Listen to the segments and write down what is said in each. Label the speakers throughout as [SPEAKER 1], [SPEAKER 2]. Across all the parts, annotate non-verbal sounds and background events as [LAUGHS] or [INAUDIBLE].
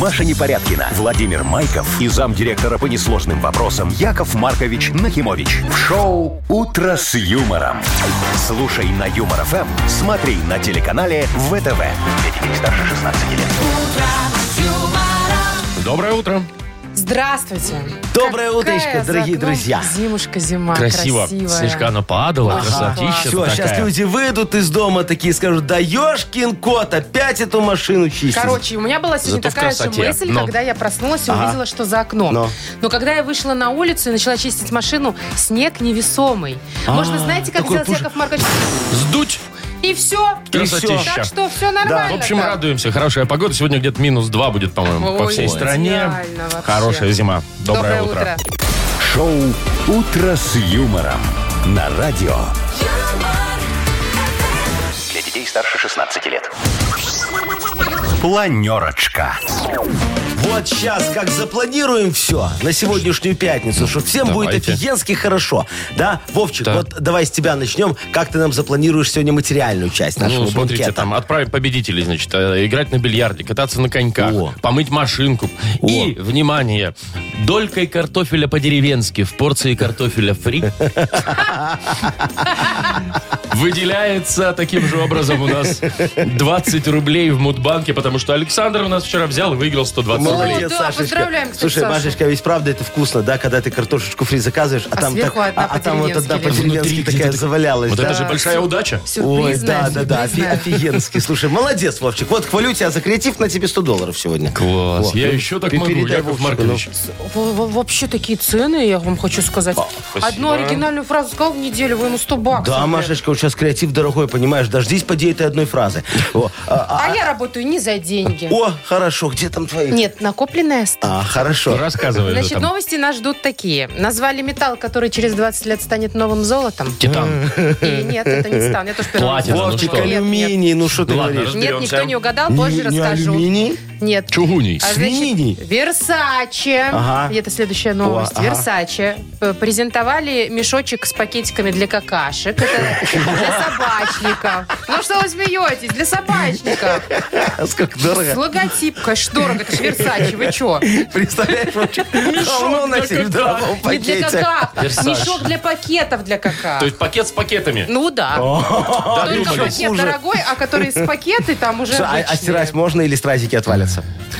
[SPEAKER 1] Маша Непорядкина, Владимир Майков и замдиректора по несложным вопросам Яков Маркович Нахимович. В шоу «Утро с юмором». Слушай на Юмор ФМ, смотри на телеканале ВТВ. Для детей старше 16 лет.
[SPEAKER 2] Доброе утро.
[SPEAKER 3] Здравствуйте.
[SPEAKER 4] Доброе утречко, дорогие друзья.
[SPEAKER 3] Зимушка, зима.
[SPEAKER 2] Красиво.
[SPEAKER 3] А, красивая.
[SPEAKER 2] Слегка она падала, красотища
[SPEAKER 4] Все, сейчас люди выйдут из дома такие скажут, да ешкин кот, опять эту машину чистить.
[SPEAKER 3] Короче, у меня была сегодня
[SPEAKER 2] Зато в
[SPEAKER 3] такая же
[SPEAKER 2] красоте.
[SPEAKER 3] мысль,
[SPEAKER 2] Но.
[SPEAKER 3] когда я проснулась и увидела, что за окном.
[SPEAKER 4] Но.
[SPEAKER 3] Но. когда я вышла на улицу и начала чистить машину, снег невесомый.
[SPEAKER 4] А,
[SPEAKER 3] Можно, знаете, как
[SPEAKER 4] такой
[SPEAKER 3] сделать
[SPEAKER 4] пуш-
[SPEAKER 3] Яков Маркович?
[SPEAKER 2] Сдуть.
[SPEAKER 3] И все.
[SPEAKER 2] Красотища.
[SPEAKER 3] Так что все нормально.
[SPEAKER 2] В общем,
[SPEAKER 3] так.
[SPEAKER 2] радуемся. Хорошая погода. Сегодня где-то минус 2 будет, по-моему, по
[SPEAKER 3] Ой,
[SPEAKER 2] всей стране.
[SPEAKER 3] идеально вообще.
[SPEAKER 2] Хорошая зима. Доброе, утро.
[SPEAKER 1] Шоу «Утро с юмором» на радио. Для детей старше 16 лет. Планерочка.
[SPEAKER 4] Вот сейчас как запланируем все на сегодняшнюю пятницу, что всем будет
[SPEAKER 2] Давайте.
[SPEAKER 4] офигенски хорошо. Да, Вовчик,
[SPEAKER 2] Да.
[SPEAKER 4] вот давай с тебя начнем. Как ты нам запланируешь сегодня материальную часть нашего
[SPEAKER 2] Ну, смотрите,
[SPEAKER 4] банкета?
[SPEAKER 2] там отправить победителей, значит, э, играть на бильярде, кататься на коньках,
[SPEAKER 4] О.
[SPEAKER 2] помыть машинку. И, внимание, долькой картофеля по-деревенски в порции картофеля фри выделяется таким же образом у нас 20 рублей в Мудбанке, потому что Александр у нас вчера взял и выиграл 120 рублей.
[SPEAKER 3] да, поздравляем, кстати,
[SPEAKER 4] Слушай,
[SPEAKER 3] Сашу.
[SPEAKER 4] Машечка, ведь правда это вкусно, да, когда ты картошечку фри заказываешь, а,
[SPEAKER 3] А
[SPEAKER 4] там,
[SPEAKER 3] сверху
[SPEAKER 4] так-
[SPEAKER 3] одна
[SPEAKER 4] а- а там вот
[SPEAKER 3] по-деревенски
[SPEAKER 4] одна
[SPEAKER 3] лежит.
[SPEAKER 4] по-деревенски
[SPEAKER 2] Внутри
[SPEAKER 4] такая
[SPEAKER 2] где-то-
[SPEAKER 4] завалялась.
[SPEAKER 2] Вот
[SPEAKER 4] да?
[SPEAKER 2] это же большая удача.
[SPEAKER 4] Ой,
[SPEAKER 3] Сюрпризная,
[SPEAKER 4] да, да, да, офи-
[SPEAKER 3] сюрпризная.
[SPEAKER 4] офигенски. Слушай, молодец, Вовчик. Вот хвалю тебя за креатив, на тебе 100 долларов сегодня.
[SPEAKER 2] Класс.
[SPEAKER 4] Вот.
[SPEAKER 2] Я
[SPEAKER 4] Ну,
[SPEAKER 2] еще так
[SPEAKER 4] ты
[SPEAKER 2] могу,
[SPEAKER 4] передай ну.
[SPEAKER 2] Яков
[SPEAKER 4] Вовчику,
[SPEAKER 2] Маркович.
[SPEAKER 3] Во- во- Вообще такие цены, я вам хочу сказать.
[SPEAKER 2] спасибо.
[SPEAKER 3] Одну оригинальную фразу сказал в неделю, вы ему 100 баксов.
[SPEAKER 4] Да,
[SPEAKER 3] блин.
[SPEAKER 4] Машечка, вот сейчас креатив дорогой, понимаешь? Дождись поди этой одной фразы. О, а-
[SPEAKER 3] А я работаю не за деньги.
[SPEAKER 4] а- о, хорошо, где там твои?
[SPEAKER 3] Нет, накопленная осталась.
[SPEAKER 4] А, хорошо.
[SPEAKER 2] Рассказывай.
[SPEAKER 3] Значит, ну,
[SPEAKER 2] там.
[SPEAKER 3] новости нас ждут такие. Назвали металл, который через 20 лет станет новым золотом.
[SPEAKER 4] Э.
[SPEAKER 2] Титан.
[SPEAKER 4] [LAUGHS]
[SPEAKER 3] И нет, это не стан. Я тоже первый раз
[SPEAKER 2] Платина, ну
[SPEAKER 3] слышу.
[SPEAKER 4] Вовчик,
[SPEAKER 2] что?
[SPEAKER 3] Нет, нет.
[SPEAKER 4] алюминий, ну что ты
[SPEAKER 2] Ладно,
[SPEAKER 4] говоришь?
[SPEAKER 3] Нет, никто
[SPEAKER 2] разберемся.
[SPEAKER 3] не угадал, позже
[SPEAKER 4] Не- не
[SPEAKER 3] расскажу.
[SPEAKER 4] алюминий? [LAUGHS]
[SPEAKER 3] Нет.
[SPEAKER 2] Чугуний.
[SPEAKER 3] А
[SPEAKER 4] Свинини?
[SPEAKER 3] значит, Версаче,
[SPEAKER 4] Ага.
[SPEAKER 3] и это следующая новость,
[SPEAKER 4] О, ага.
[SPEAKER 3] Версаче э, презентовали мешочек с пакетиками для какашек. Это для собачников. Ну что вы смеетесь? Для собачников.
[SPEAKER 4] Сколько
[SPEAKER 3] С
[SPEAKER 4] дорого.
[SPEAKER 3] логотипкой. ж дорого, это ж Версаче, вы чё?
[SPEAKER 4] Представляешь, Вовчик, говно носить в дорогом
[SPEAKER 3] Не для
[SPEAKER 4] пакете.
[SPEAKER 3] каках.
[SPEAKER 2] Версаче.
[SPEAKER 3] Мешок для пакетов для каках.
[SPEAKER 2] То есть пакет с пакетами.
[SPEAKER 3] Ну да. Только
[SPEAKER 2] Додумались.
[SPEAKER 3] пакет
[SPEAKER 4] Уже.
[SPEAKER 3] дорогой, а который из пакеты там уже
[SPEAKER 4] Слушай, А а
[SPEAKER 3] обычные.
[SPEAKER 4] стирать можно или стразики отвалятся?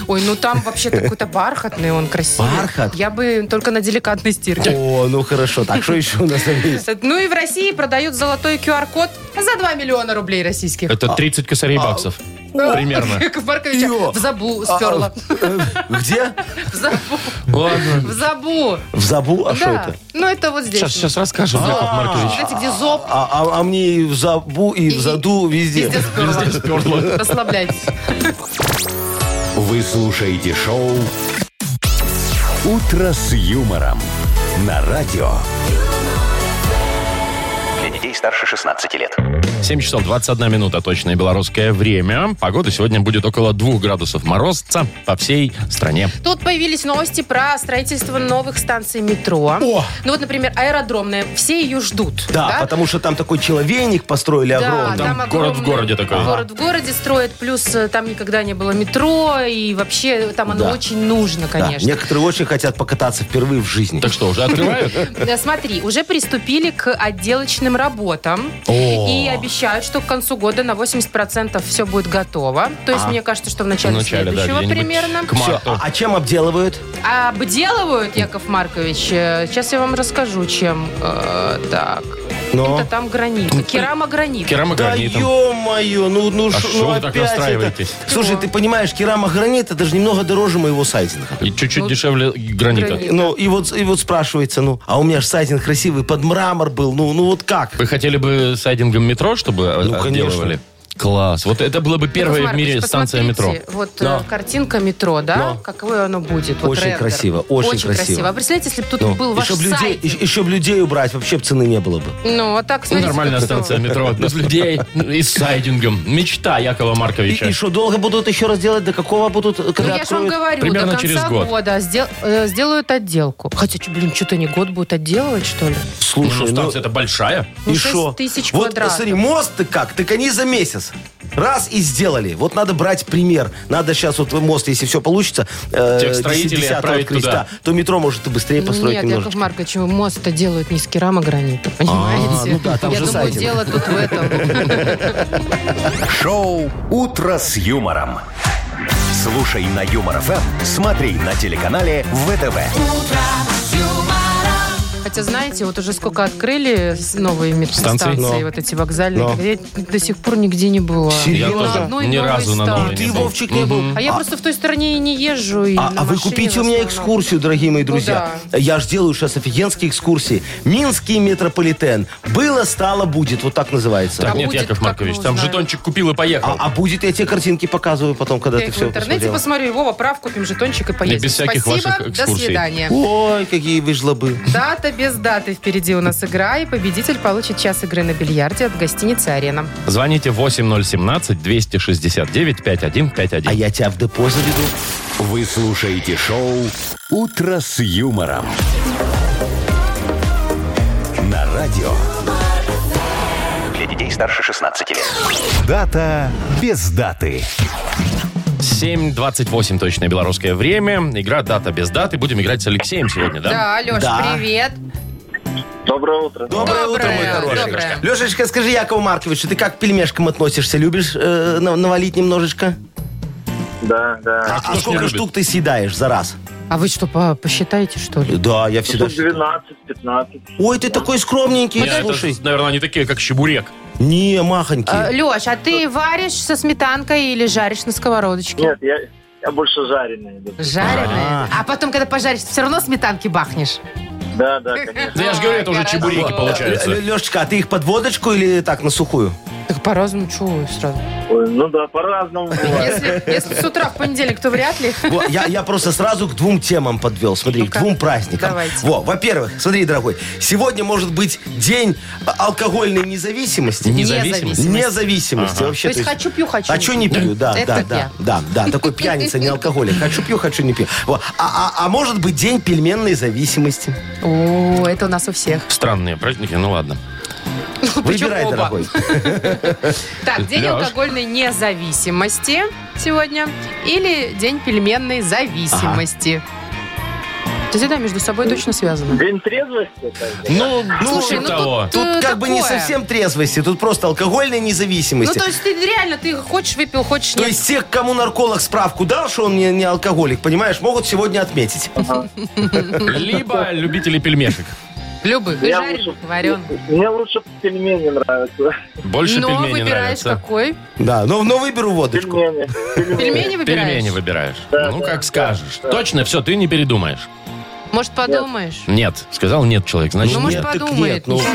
[SPEAKER 3] Ой, ну там вообще какой-то бархатный он красивый.
[SPEAKER 4] Бархат?
[SPEAKER 3] Я бы только на деликатной стирке.
[SPEAKER 4] О, ну хорошо. Так, что еще у нас там есть?
[SPEAKER 3] Ну и в России продают золотой QR-код за 2 миллиона рублей российских.
[SPEAKER 2] Это 30 косарей баксов. Примерно.
[SPEAKER 3] Яков Марковича
[SPEAKER 4] Ё.
[SPEAKER 3] в забу
[SPEAKER 4] А,
[SPEAKER 3] сперла.
[SPEAKER 4] Где?
[SPEAKER 3] В забу.
[SPEAKER 2] Ладно.
[SPEAKER 3] В забу.
[SPEAKER 4] В забу? А что
[SPEAKER 3] Да.
[SPEAKER 4] это?
[SPEAKER 3] Ну это вот здесь.
[SPEAKER 2] Сейчас, сейчас расскажем, Яков Маркович.
[SPEAKER 3] Знаете, где зоб?
[SPEAKER 4] А, а- а мне и в забу, и в
[SPEAKER 3] И-
[SPEAKER 4] заду, везде.
[SPEAKER 3] Везде сперла. Расслабляйтесь.
[SPEAKER 1] Вы слушаете шоу «Утро с юмором» на радио. Для детей старше 16 лет.
[SPEAKER 2] 7 часов 21 минута, точное белорусское время. Погода сегодня будет около 2 градусов морозца по всей стране.
[SPEAKER 3] Тут появились новости про строительство новых станций метро.
[SPEAKER 4] О!
[SPEAKER 3] Ну вот, например, аэродромная. Все ее ждут.
[SPEAKER 4] Да, потому что там такой человейник построили огромный.
[SPEAKER 2] там город в городе такой.
[SPEAKER 3] Город в городе строят, плюс э, там никогда не было метро, и вообще там оно
[SPEAKER 4] Да.
[SPEAKER 3] очень нужно,
[SPEAKER 4] Да,
[SPEAKER 3] конечно.
[SPEAKER 4] Некоторые очень хотят покататься впервые в жизни.
[SPEAKER 2] Так что, уже открывают? [LAUGHS]
[SPEAKER 3] Э, Смотри, уже приступили к отделочным работам и обещают, что к концу года на 80% все будет готово. То
[SPEAKER 4] А.
[SPEAKER 3] есть, мне кажется, что в начале,
[SPEAKER 2] да,
[SPEAKER 3] следующего
[SPEAKER 2] где-нибудь
[SPEAKER 3] примерно.
[SPEAKER 2] К
[SPEAKER 4] Всё,
[SPEAKER 2] марту.
[SPEAKER 4] а, а чем обделывают?
[SPEAKER 3] Обделывают, Яков Маркович. э, Сейчас я вам расскажу, чем. Э, так.
[SPEAKER 4] Но.
[SPEAKER 3] Это там гранит. Керамогранит.
[SPEAKER 4] Ну, Да
[SPEAKER 2] Керамогранитом.
[SPEAKER 4] ё-моё, ну, ну,
[SPEAKER 2] А
[SPEAKER 4] шо-
[SPEAKER 2] шо
[SPEAKER 4] ну
[SPEAKER 2] вы так
[SPEAKER 4] опять это.
[SPEAKER 2] расстраиваетесь?
[SPEAKER 4] Слушай, ты понимаешь, керамогранит, это же немного дороже моего сайтинга.
[SPEAKER 2] И чуть-чуть
[SPEAKER 3] Ну,
[SPEAKER 2] дешевле гранита.
[SPEAKER 3] гранит.
[SPEAKER 4] Ну, и вот, и вот спрашивается, ну, а у меня же сайтинг красивый, под мрамор был, ну, ну вот как?
[SPEAKER 2] Вы хотели бы сайдингом метро, чтобы э,
[SPEAKER 4] Ну,
[SPEAKER 2] отделывали? Класс. Вот это было бы первая в
[SPEAKER 3] Яков
[SPEAKER 2] мире
[SPEAKER 3] Маркович,
[SPEAKER 2] станция метро.
[SPEAKER 3] посмотрите, Вот э, картинка метро, да? Какое оно будет? вот
[SPEAKER 4] Очень
[SPEAKER 3] рендер.
[SPEAKER 4] красиво, очень красиво. Ну,
[SPEAKER 3] А представляете, если бы тут
[SPEAKER 2] ну.
[SPEAKER 3] был
[SPEAKER 4] и
[SPEAKER 3] ваш
[SPEAKER 4] чтоб людей,
[SPEAKER 3] сайт.
[SPEAKER 4] и, и чтоб людей убрать, вообще бы цены не было бы.
[SPEAKER 3] Ну, а так,
[SPEAKER 2] Ну,
[SPEAKER 3] смотрите.
[SPEAKER 2] Нормальная
[SPEAKER 3] как
[SPEAKER 2] станция
[SPEAKER 3] здорово.
[SPEAKER 2] метро. Без людей и с сайдингом. Мечта Якова Марковича.
[SPEAKER 4] И что, долго будут еще раз делать? До какого будут, э,
[SPEAKER 3] Ну,
[SPEAKER 4] когда
[SPEAKER 3] я же вам
[SPEAKER 4] откроют?
[SPEAKER 3] говорю,
[SPEAKER 2] Примерно
[SPEAKER 3] до конца
[SPEAKER 2] через год.
[SPEAKER 3] года сдел- э, сделают отделку. Хотя, чё, блин, что-то не год будут отделывать, что ли?
[SPEAKER 2] Ну,
[SPEAKER 4] Слушай, ну,
[SPEAKER 2] станция-то большая.
[SPEAKER 3] Ну,
[SPEAKER 4] и
[SPEAKER 3] шесть
[SPEAKER 4] шо?
[SPEAKER 3] тысяч
[SPEAKER 4] вот,
[SPEAKER 3] квадратов.
[SPEAKER 4] смотри, мост ты как, так они за месяц. Раз и сделали. Вот надо брать пример. Надо сейчас вот мост, если все получится, э,
[SPEAKER 2] Тех строителей
[SPEAKER 4] 10-го
[SPEAKER 2] отправить
[SPEAKER 4] открыть,
[SPEAKER 2] туда.
[SPEAKER 4] да, то метро может и быстрее построить
[SPEAKER 3] Нет, Яков
[SPEAKER 4] немножечко. А,
[SPEAKER 3] Маркович, мост-то делают не из керамогранита, понимаете?
[SPEAKER 4] ну да, там
[SPEAKER 3] Я
[SPEAKER 4] же
[SPEAKER 3] думаю,
[SPEAKER 4] сайдинг.
[SPEAKER 3] дело тут в этом.
[SPEAKER 1] Шоу «Утро с юмором». Слушай на Юмор ФМ, смотри на телеканале ВТВ.
[SPEAKER 3] Хотя, знаете, вот уже сколько открыли с- новые метростанции,
[SPEAKER 2] Станции?
[SPEAKER 3] вот эти вокзальные,
[SPEAKER 4] Но.
[SPEAKER 3] я до сих пор нигде не была.
[SPEAKER 2] Я
[SPEAKER 4] Серьезно?
[SPEAKER 2] тоже
[SPEAKER 3] одной
[SPEAKER 2] ни
[SPEAKER 3] новой
[SPEAKER 2] разу на новой
[SPEAKER 3] станции.
[SPEAKER 2] не
[SPEAKER 4] Ты,
[SPEAKER 2] был.
[SPEAKER 4] Вовчик, не был.
[SPEAKER 3] А я просто в той стороне и не езжу. и
[SPEAKER 4] А,
[SPEAKER 3] на
[SPEAKER 4] а вы
[SPEAKER 3] машине
[SPEAKER 4] купите
[SPEAKER 3] в
[SPEAKER 4] у
[SPEAKER 3] основном.
[SPEAKER 4] меня
[SPEAKER 3] Ну
[SPEAKER 4] экскурсию, дорогие мои друзья.
[SPEAKER 3] Куда?
[SPEAKER 4] Я же делаю сейчас офигенские экскурсии. Минский метрополитен. Было, стало, будет. Вот так называется.
[SPEAKER 2] Так,
[SPEAKER 3] А
[SPEAKER 2] нет,
[SPEAKER 3] будет,
[SPEAKER 2] Яков
[SPEAKER 3] как
[SPEAKER 2] Маркович,
[SPEAKER 3] мы
[SPEAKER 2] там
[SPEAKER 3] узнаем?
[SPEAKER 2] жетончик купил и поехал.
[SPEAKER 4] А, а будет, я тебе картинки показываю потом, когда
[SPEAKER 3] Я
[SPEAKER 4] ты
[SPEAKER 3] их в
[SPEAKER 4] все
[SPEAKER 3] интернете
[SPEAKER 4] посмотрела.
[SPEAKER 3] посмотрю, и Вова прав, купим жетончик и поедем.
[SPEAKER 2] без всяких
[SPEAKER 3] Спасибо,
[SPEAKER 2] ваших
[SPEAKER 3] до
[SPEAKER 2] экскурсий.
[SPEAKER 3] свидания.
[SPEAKER 4] Ой, какие вы жлобы.
[SPEAKER 3] Дата без даты. Впереди у нас игра, и победитель получит час игры на бильярде от гостиницы «Арена».
[SPEAKER 2] а, Звоните 8017-269-5151.
[SPEAKER 4] А я тебя в депо заведу.
[SPEAKER 1] Вы слушаете шоу «Утро с юмором». На радио. Для детей старше 16 лет. Дата без даты.
[SPEAKER 2] 7.28 точное белорусское время. Игра «Дата без даты». Будем играть с Алексеем сегодня, да?
[SPEAKER 3] Да, Леша,
[SPEAKER 4] Да.
[SPEAKER 3] привет.
[SPEAKER 5] Доброе утро.
[SPEAKER 4] Доброе, утро, мой
[SPEAKER 3] Доброе,
[SPEAKER 4] хороший.
[SPEAKER 3] доброе.
[SPEAKER 4] Лешечка, скажи, Якову Марковичу, ты как к пельмешкам относишься? Любишь э, на- навалить немножечко?
[SPEAKER 5] Да, да.
[SPEAKER 4] А,
[SPEAKER 2] кто ж не
[SPEAKER 4] сколько
[SPEAKER 2] любит?
[SPEAKER 4] штук ты съедаешь за раз?
[SPEAKER 3] А вы что, по- посчитаете, что ли?
[SPEAKER 4] Да, я всегда...
[SPEAKER 5] Тут 12-15.
[SPEAKER 4] Ой, ты такой скромненький,
[SPEAKER 2] Нет, это,
[SPEAKER 4] слушай.
[SPEAKER 2] наверное, они такие, как щебурек.
[SPEAKER 4] Не, махонький.
[SPEAKER 3] Леш, а ты варишь со сметанкой или жаришь на сковородочке?
[SPEAKER 5] Нет, я, я больше жареный. люблю.
[SPEAKER 3] Жареные. А потом, когда пожаришь, все равно сметанки бахнешь.
[SPEAKER 5] Да, да, конечно.
[SPEAKER 2] Да я же говорю, это уже
[SPEAKER 3] Хорошо.
[SPEAKER 2] чебуреки получаются.
[SPEAKER 4] Лешечка, а ты их под водочку или так, на сухую?
[SPEAKER 3] Так по-разному, чего сразу?
[SPEAKER 5] Ой, ну да, по-разному бывает.
[SPEAKER 3] Если, если с утра в понедельник, то вряд ли.
[SPEAKER 4] Во, я, я просто сразу к двум темам подвел. Смотри,
[SPEAKER 3] Ну-ка.
[SPEAKER 4] к двум праздникам.
[SPEAKER 3] Давайте.
[SPEAKER 4] Во, во-первых, смотри, дорогой, сегодня может быть день а, алкогольной независимости.
[SPEAKER 2] Независимость.
[SPEAKER 4] Независимости вообще.
[SPEAKER 3] То есть хочу, пью, хочу.
[SPEAKER 4] А что не пью? Да,
[SPEAKER 3] Это
[SPEAKER 4] да,
[SPEAKER 3] как
[SPEAKER 4] да,
[SPEAKER 3] я.
[SPEAKER 4] да, да. Такой пьяница, не алкоголик. Хочу пью, хочу не пью. Во. А, а- а может быть день пельменной зависимости?
[SPEAKER 3] О, это у нас у всех.
[SPEAKER 2] Странные праздники, ну ладно.
[SPEAKER 3] Причем
[SPEAKER 4] Выбирай,
[SPEAKER 3] Ну, оба.
[SPEAKER 4] дорогой.
[SPEAKER 3] Так, день
[SPEAKER 2] Лёш.
[SPEAKER 3] алкогольной независимости сегодня или день пельменной зависимости. То есть это между собой точно связано.
[SPEAKER 5] День трезвости, как бы.
[SPEAKER 2] Ну, типа
[SPEAKER 3] Слушай, ну
[SPEAKER 2] того.
[SPEAKER 3] Тут
[SPEAKER 4] Тут как бы не
[SPEAKER 3] такое.
[SPEAKER 4] совсем трезвости, тут просто алкогольная
[SPEAKER 3] Ну,
[SPEAKER 4] независимость.
[SPEAKER 3] то есть ты реально, ты хочешь выпил, хочешь
[SPEAKER 4] То
[SPEAKER 3] нет.
[SPEAKER 4] есть тех, кому нарколог справку дал, что он не, не алкоголик, понимаешь, могут сегодня отметить.
[SPEAKER 2] Либо любители пельмешек.
[SPEAKER 3] Любых, и
[SPEAKER 5] Я
[SPEAKER 3] жареных,
[SPEAKER 5] лучше-
[SPEAKER 3] и вареных.
[SPEAKER 5] Мне лучше пельмени нравятся.
[SPEAKER 2] Больше
[SPEAKER 3] Но
[SPEAKER 2] пельменей
[SPEAKER 3] Ну, выбираешь
[SPEAKER 2] нравится.
[SPEAKER 3] какой?
[SPEAKER 4] Да, но, но выберу водочку.
[SPEAKER 5] Пельмени.
[SPEAKER 3] Пельмени выбираешь?
[SPEAKER 2] Пельмени выбираешь.
[SPEAKER 5] Да,
[SPEAKER 2] ну,
[SPEAKER 5] да,
[SPEAKER 2] как
[SPEAKER 5] да,
[SPEAKER 2] скажешь.
[SPEAKER 5] да.
[SPEAKER 2] Точно все, ты не передумаешь.
[SPEAKER 3] Может, подумаешь?
[SPEAKER 2] Нет. Сказал нет человек, значит
[SPEAKER 3] Ну, может,
[SPEAKER 4] нет, так
[SPEAKER 3] подумает.
[SPEAKER 4] нет, ну.
[SPEAKER 3] ничего.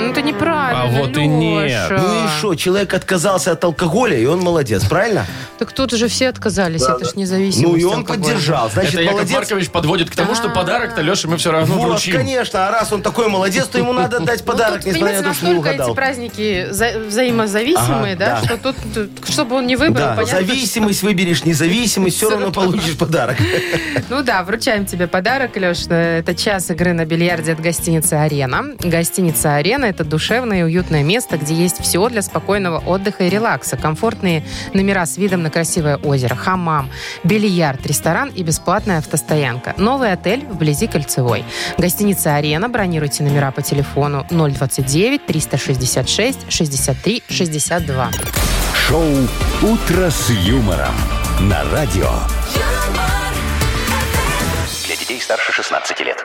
[SPEAKER 3] Ну, это неправильно,
[SPEAKER 2] А вот и нет.
[SPEAKER 3] Лёша.
[SPEAKER 4] Ну и что, человек отказался от алкоголя, и он молодец, правильно?
[SPEAKER 3] Так тут уже все отказались, это ж независимость.
[SPEAKER 4] Ну и он
[SPEAKER 3] алкогольная.
[SPEAKER 4] поддержал, значит,
[SPEAKER 2] Это Яков
[SPEAKER 4] молодец.
[SPEAKER 2] Маркович подводит к тому, что подарок-то Леше мы все равно
[SPEAKER 4] Вот,
[SPEAKER 2] вручим.
[SPEAKER 4] конечно, а раз он такой молодец, то ему надо дать
[SPEAKER 3] Ну,
[SPEAKER 4] подарок,
[SPEAKER 3] тут,
[SPEAKER 4] несмотря
[SPEAKER 3] понимаете,
[SPEAKER 4] на то, что не
[SPEAKER 3] настолько эти
[SPEAKER 4] угадал.
[SPEAKER 3] праздники вза- взаимозависимые,
[SPEAKER 4] Ага,
[SPEAKER 3] да,
[SPEAKER 4] да.
[SPEAKER 3] что тут, тут, чтобы он не выбрал,
[SPEAKER 4] Да,
[SPEAKER 3] Ну, понятно.
[SPEAKER 4] зависимость выберешь, независимость, все
[SPEAKER 3] Всё
[SPEAKER 4] равно получишь подарок.
[SPEAKER 3] что- Ну да, вручаем тебе подарок, Леш. Это час игры на бильярде от гостиницы «Арена». Гостиница «Арена» — это душевное и уютное место, где есть все для спокойного отдыха и релакса. Комфортные номера с видом на красивое озеро, хамам, бильярд, ресторан и бесплатная автостоянка. Новый отель вблизи Кольцевой. Гостиница «Арена». Бронируйте номера по телефону 029 366 63 62.
[SPEAKER 1] Шоу «Утро с юмором» на радио. Для детей старше 16 лет.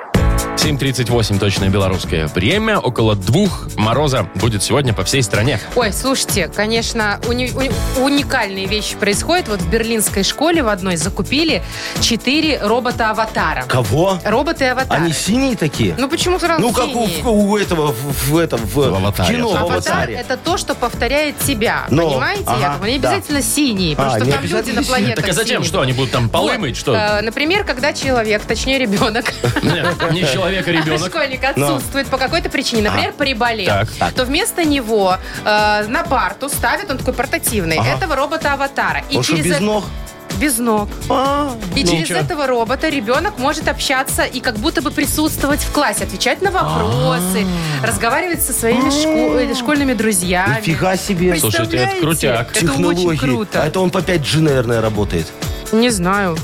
[SPEAKER 2] 7.38 точное белорусское время. Около двух мороза будет сегодня по всей стране.
[SPEAKER 3] Ой, слушайте, конечно, уни- уни- уникальные вещи происходят. Вот в берлинской школе в одной закупили 4 робота-аватара.
[SPEAKER 4] Кого?
[SPEAKER 3] Роботы-аватары.
[SPEAKER 4] Они синие такие?
[SPEAKER 3] Ну почему сразу
[SPEAKER 4] Ну, как у,
[SPEAKER 3] синие?
[SPEAKER 4] у этого, в, в этом, в,
[SPEAKER 2] В «Аватаре».
[SPEAKER 4] кино, в
[SPEAKER 3] Аватар
[SPEAKER 4] «Аватаре».
[SPEAKER 3] это то, что повторяет себя.
[SPEAKER 4] Ну,
[SPEAKER 3] понимаете,
[SPEAKER 4] ага,
[SPEAKER 3] Яков? Не
[SPEAKER 4] да.
[SPEAKER 3] обязательно синие, потому
[SPEAKER 4] А,
[SPEAKER 3] что
[SPEAKER 4] не
[SPEAKER 3] там люди
[SPEAKER 4] обязательно
[SPEAKER 3] на
[SPEAKER 4] синие.
[SPEAKER 3] планетах
[SPEAKER 2] Так а зачем?
[SPEAKER 3] синие.
[SPEAKER 2] Что, они будут там полы мыть? Что?
[SPEAKER 3] Э, Например, когда человек, точнее ребенок,
[SPEAKER 4] [LAUGHS]
[SPEAKER 2] Нет, не человек, а ребенок. Ну.
[SPEAKER 3] школьник отсутствует по какой-то причине, например, приболел,
[SPEAKER 2] Так,
[SPEAKER 3] то вместо него э, на парту ставят, он такой портативный, этого робота-аватара. И
[SPEAKER 4] Он что, без
[SPEAKER 3] это-
[SPEAKER 4] ног?
[SPEAKER 3] без без ног.
[SPEAKER 4] А,
[SPEAKER 3] И
[SPEAKER 2] ну,
[SPEAKER 3] через
[SPEAKER 2] ничего.
[SPEAKER 3] этого робота ребенок может общаться и как будто бы присутствовать в классе, отвечать на вопросы,
[SPEAKER 2] А.
[SPEAKER 3] разговаривать со своими шку- э, школьными друзьями.
[SPEAKER 4] Нифига себе.
[SPEAKER 2] Слушай, Слушайте, это
[SPEAKER 3] Представляете?
[SPEAKER 2] крутяк.
[SPEAKER 3] Это очень
[SPEAKER 4] А
[SPEAKER 3] круто.
[SPEAKER 4] это он по 5G, наверное, работает.
[SPEAKER 3] Не знаю,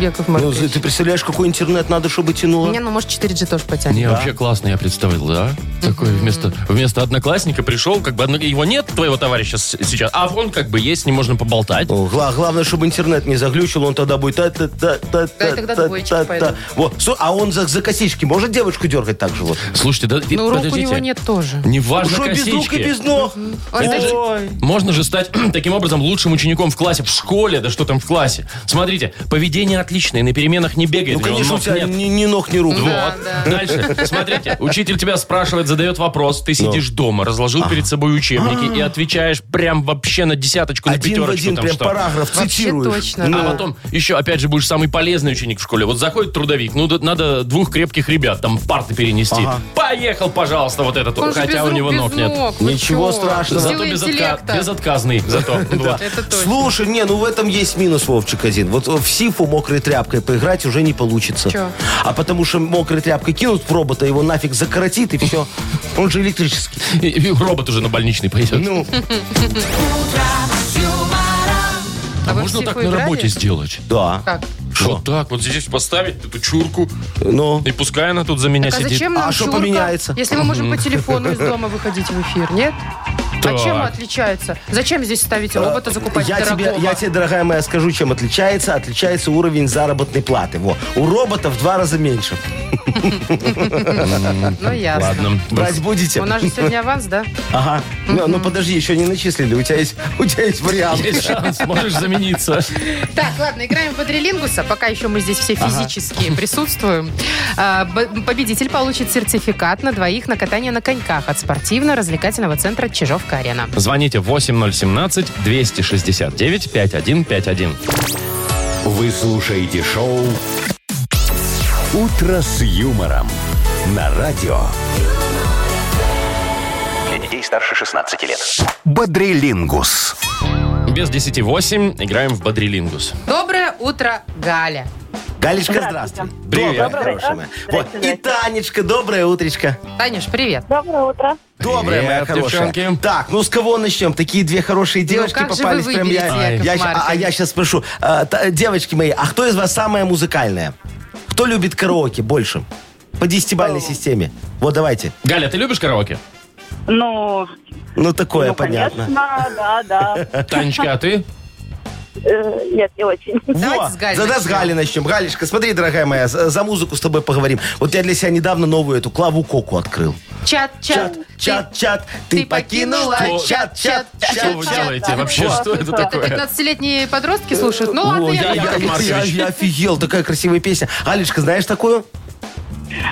[SPEAKER 3] Яков
[SPEAKER 4] Ну,
[SPEAKER 3] Маркович.
[SPEAKER 4] ты представляешь, какой интернет надо, чтобы тянуло?
[SPEAKER 3] Не, ну может 4G тоже потянет.
[SPEAKER 2] Не, вообще классно я представил, да? Такой вместо, вместо одноклассника пришел, как бы одно- его нет, твоего товарища с- сейчас, а он как бы есть, не можно поболтать.
[SPEAKER 4] О, гла- главное, чтобы интернет не заглючил, он тогда будет... та- та- та- та-
[SPEAKER 3] Да, и тогда
[SPEAKER 4] та-
[SPEAKER 3] двоечки
[SPEAKER 4] та- та.
[SPEAKER 3] пойдут.
[SPEAKER 4] Вот, со- А он за, за косички может девочку дергать так же? Вот?
[SPEAKER 2] Слушайте, да, и-
[SPEAKER 3] Ну, рук у
[SPEAKER 2] подождите.
[SPEAKER 3] него нет тоже.
[SPEAKER 2] Не важно
[SPEAKER 4] Что, без рук
[SPEAKER 2] косички.
[SPEAKER 4] и без ног? Ну,
[SPEAKER 3] Он
[SPEAKER 2] Это
[SPEAKER 3] даже-
[SPEAKER 2] же- Можно же стать [CLEARS THROAT] таким образом лучшим учеником в классе, в школе, да что там в классе. Смотрите, поведение отличное, на переменах не бегает.
[SPEAKER 4] Ну,
[SPEAKER 2] у него
[SPEAKER 4] конечно, у
[SPEAKER 2] ног
[SPEAKER 4] тебя
[SPEAKER 2] нет.
[SPEAKER 4] ни, ни ног, ни рук.
[SPEAKER 3] Да, да.
[SPEAKER 2] Дальше, смотрите, учитель тебя спрашивает, задает вопрос, ты
[SPEAKER 4] Ну.
[SPEAKER 2] сидишь дома, разложил перед собой учебники и отвечаешь прям вообще на десяточку, на
[SPEAKER 4] А. Один в
[SPEAKER 2] пятерочку.
[SPEAKER 4] один
[SPEAKER 2] там
[SPEAKER 4] прям
[SPEAKER 2] что.
[SPEAKER 4] параграф
[SPEAKER 3] Вообще
[SPEAKER 4] цитируешь.
[SPEAKER 3] точно,
[SPEAKER 4] Ну,
[SPEAKER 2] А потом еще, опять же, будешь самый полезный ученик в школе. Вот заходит трудовик, ну, да- надо двух крепких ребят там в парты перенести. Поехал, пожалуйста, вот этот,
[SPEAKER 3] Он же
[SPEAKER 2] хотя
[SPEAKER 3] без
[SPEAKER 2] у
[SPEAKER 3] рук,
[SPEAKER 2] него
[SPEAKER 3] без
[SPEAKER 2] ног нет.
[SPEAKER 3] вы чего?
[SPEAKER 4] Ничего страшного.
[SPEAKER 3] Сила
[SPEAKER 2] Зато безотка-
[SPEAKER 3] интеллекта.
[SPEAKER 2] безотказный,
[SPEAKER 4] [LAUGHS]
[SPEAKER 2] зато. Вот.
[SPEAKER 3] Это точно.
[SPEAKER 4] Слушай, не, ну в этом есть минус, Вовчик, один. Вот э, в сифу мокрой тряпкой поиграть уже не получится.
[SPEAKER 3] Чё?
[SPEAKER 4] А потому что мокрой тряпкой кинут в робота, его нафиг закоротит, и все. Он же электрический.
[SPEAKER 2] И- и робот уже на больничный пойдет.
[SPEAKER 4] Ну,
[SPEAKER 3] А вы в
[SPEAKER 2] Можно
[SPEAKER 3] сифу
[SPEAKER 2] так на
[SPEAKER 3] играли?
[SPEAKER 2] работе сделать?
[SPEAKER 4] да.
[SPEAKER 3] Как?
[SPEAKER 2] Вот так, вот здесь поставить эту чурку,
[SPEAKER 4] Ну,
[SPEAKER 2] и пускай она тут за меня
[SPEAKER 3] Так, а
[SPEAKER 2] сидит.
[SPEAKER 3] зачем нам
[SPEAKER 4] А что
[SPEAKER 3] Журка,
[SPEAKER 4] поменяется?
[SPEAKER 3] Если мы можем по телефону из дома выходить в эфир, нет? А
[SPEAKER 2] Так.
[SPEAKER 3] чем отличается? Зачем здесь ставить робота, закупать
[SPEAKER 4] А, я тебе,
[SPEAKER 3] дорогого?
[SPEAKER 4] я тебе, дорогая моя, скажу, чем отличается. Отличается уровень заработной платы. Во. У робота в два раза меньше.
[SPEAKER 3] Ну, ясно.
[SPEAKER 2] Ладно.
[SPEAKER 4] Брать будете?
[SPEAKER 3] У нас же сегодня аванс, да?
[SPEAKER 4] Ага. Ну, ну, подожди, еще не начислили. У тебя есть, у тебя есть вариант.
[SPEAKER 2] Есть шанс, можешь замениться.
[SPEAKER 3] Так, ладно, играем в Бодрилингуса. Пока еще мы здесь все физически присутствуем. А, б- Победитель получит сертификат на двоих на катание на коньках от спортивно-развлекательного центра Чижовка-Арена.
[SPEAKER 2] Звоните 8017-269-5151.
[SPEAKER 1] Вы слушаете шоу «Утро с юмором» на радио.
[SPEAKER 6] Для детей старше 16 лет.
[SPEAKER 1] Бодрилингус.
[SPEAKER 2] Без 10-8 играем в Бодрилингус.
[SPEAKER 3] Доброе утро, Галя.
[SPEAKER 4] Галечка, здравствуй.
[SPEAKER 7] Здравствуйте.
[SPEAKER 2] Привет.
[SPEAKER 4] Доброе,
[SPEAKER 7] Доброе
[SPEAKER 4] хорошая
[SPEAKER 7] утро.
[SPEAKER 4] моя.
[SPEAKER 7] Здрасте,
[SPEAKER 4] Вот. И
[SPEAKER 7] здрасте.
[SPEAKER 4] Танечка, доброе утречко.
[SPEAKER 3] Танюш, привет.
[SPEAKER 7] Доброе утро.
[SPEAKER 4] Доброе, моя
[SPEAKER 2] Привет,
[SPEAKER 4] хорошая.
[SPEAKER 2] девчонки.
[SPEAKER 4] Так, ну с кого начнем? Такие две хорошие девочки
[SPEAKER 3] Ну, как же вы
[SPEAKER 4] попались прям я.
[SPEAKER 3] выберете, Яков
[SPEAKER 4] я щ- а, а я
[SPEAKER 3] Маркович?
[SPEAKER 4] сейчас спрошу, а, та- девочки мои, а кто из вас самая музыкальная? Кто любит караоке больше? По десятибальной системе. Вот давайте.
[SPEAKER 2] Галя, ты любишь караоке?
[SPEAKER 7] Ну,
[SPEAKER 4] Ну такое
[SPEAKER 7] ну,
[SPEAKER 4] понятно.
[SPEAKER 7] конечно, да, да.
[SPEAKER 2] Танечка, а ты?
[SPEAKER 7] Э, Нет, не очень.
[SPEAKER 3] Давайте
[SPEAKER 4] Во,
[SPEAKER 3] с Галей
[SPEAKER 4] тогда с
[SPEAKER 3] начнем.
[SPEAKER 4] Гали начнем. Галечка, смотри, дорогая моя, за за музыку с тобой поговорим. Вот я для себя недавно новую эту клаву коку открыл.
[SPEAKER 3] Чат, чат.
[SPEAKER 4] Чат, чат, чат, ты
[SPEAKER 3] ты
[SPEAKER 4] покинула.
[SPEAKER 3] покинула
[SPEAKER 4] Чат, чат, чат,
[SPEAKER 2] Что вы
[SPEAKER 4] чат.
[SPEAKER 2] делаете? Вообще, что это
[SPEAKER 3] Это
[SPEAKER 2] такое?
[SPEAKER 3] 15-летние подростки слушают. Ну ладно,
[SPEAKER 4] Ой,
[SPEAKER 3] я
[SPEAKER 4] я, я-
[SPEAKER 2] Яков
[SPEAKER 4] я-
[SPEAKER 2] Маркович.
[SPEAKER 4] я офигел, такая красивая песня. Алечка, знаешь такую?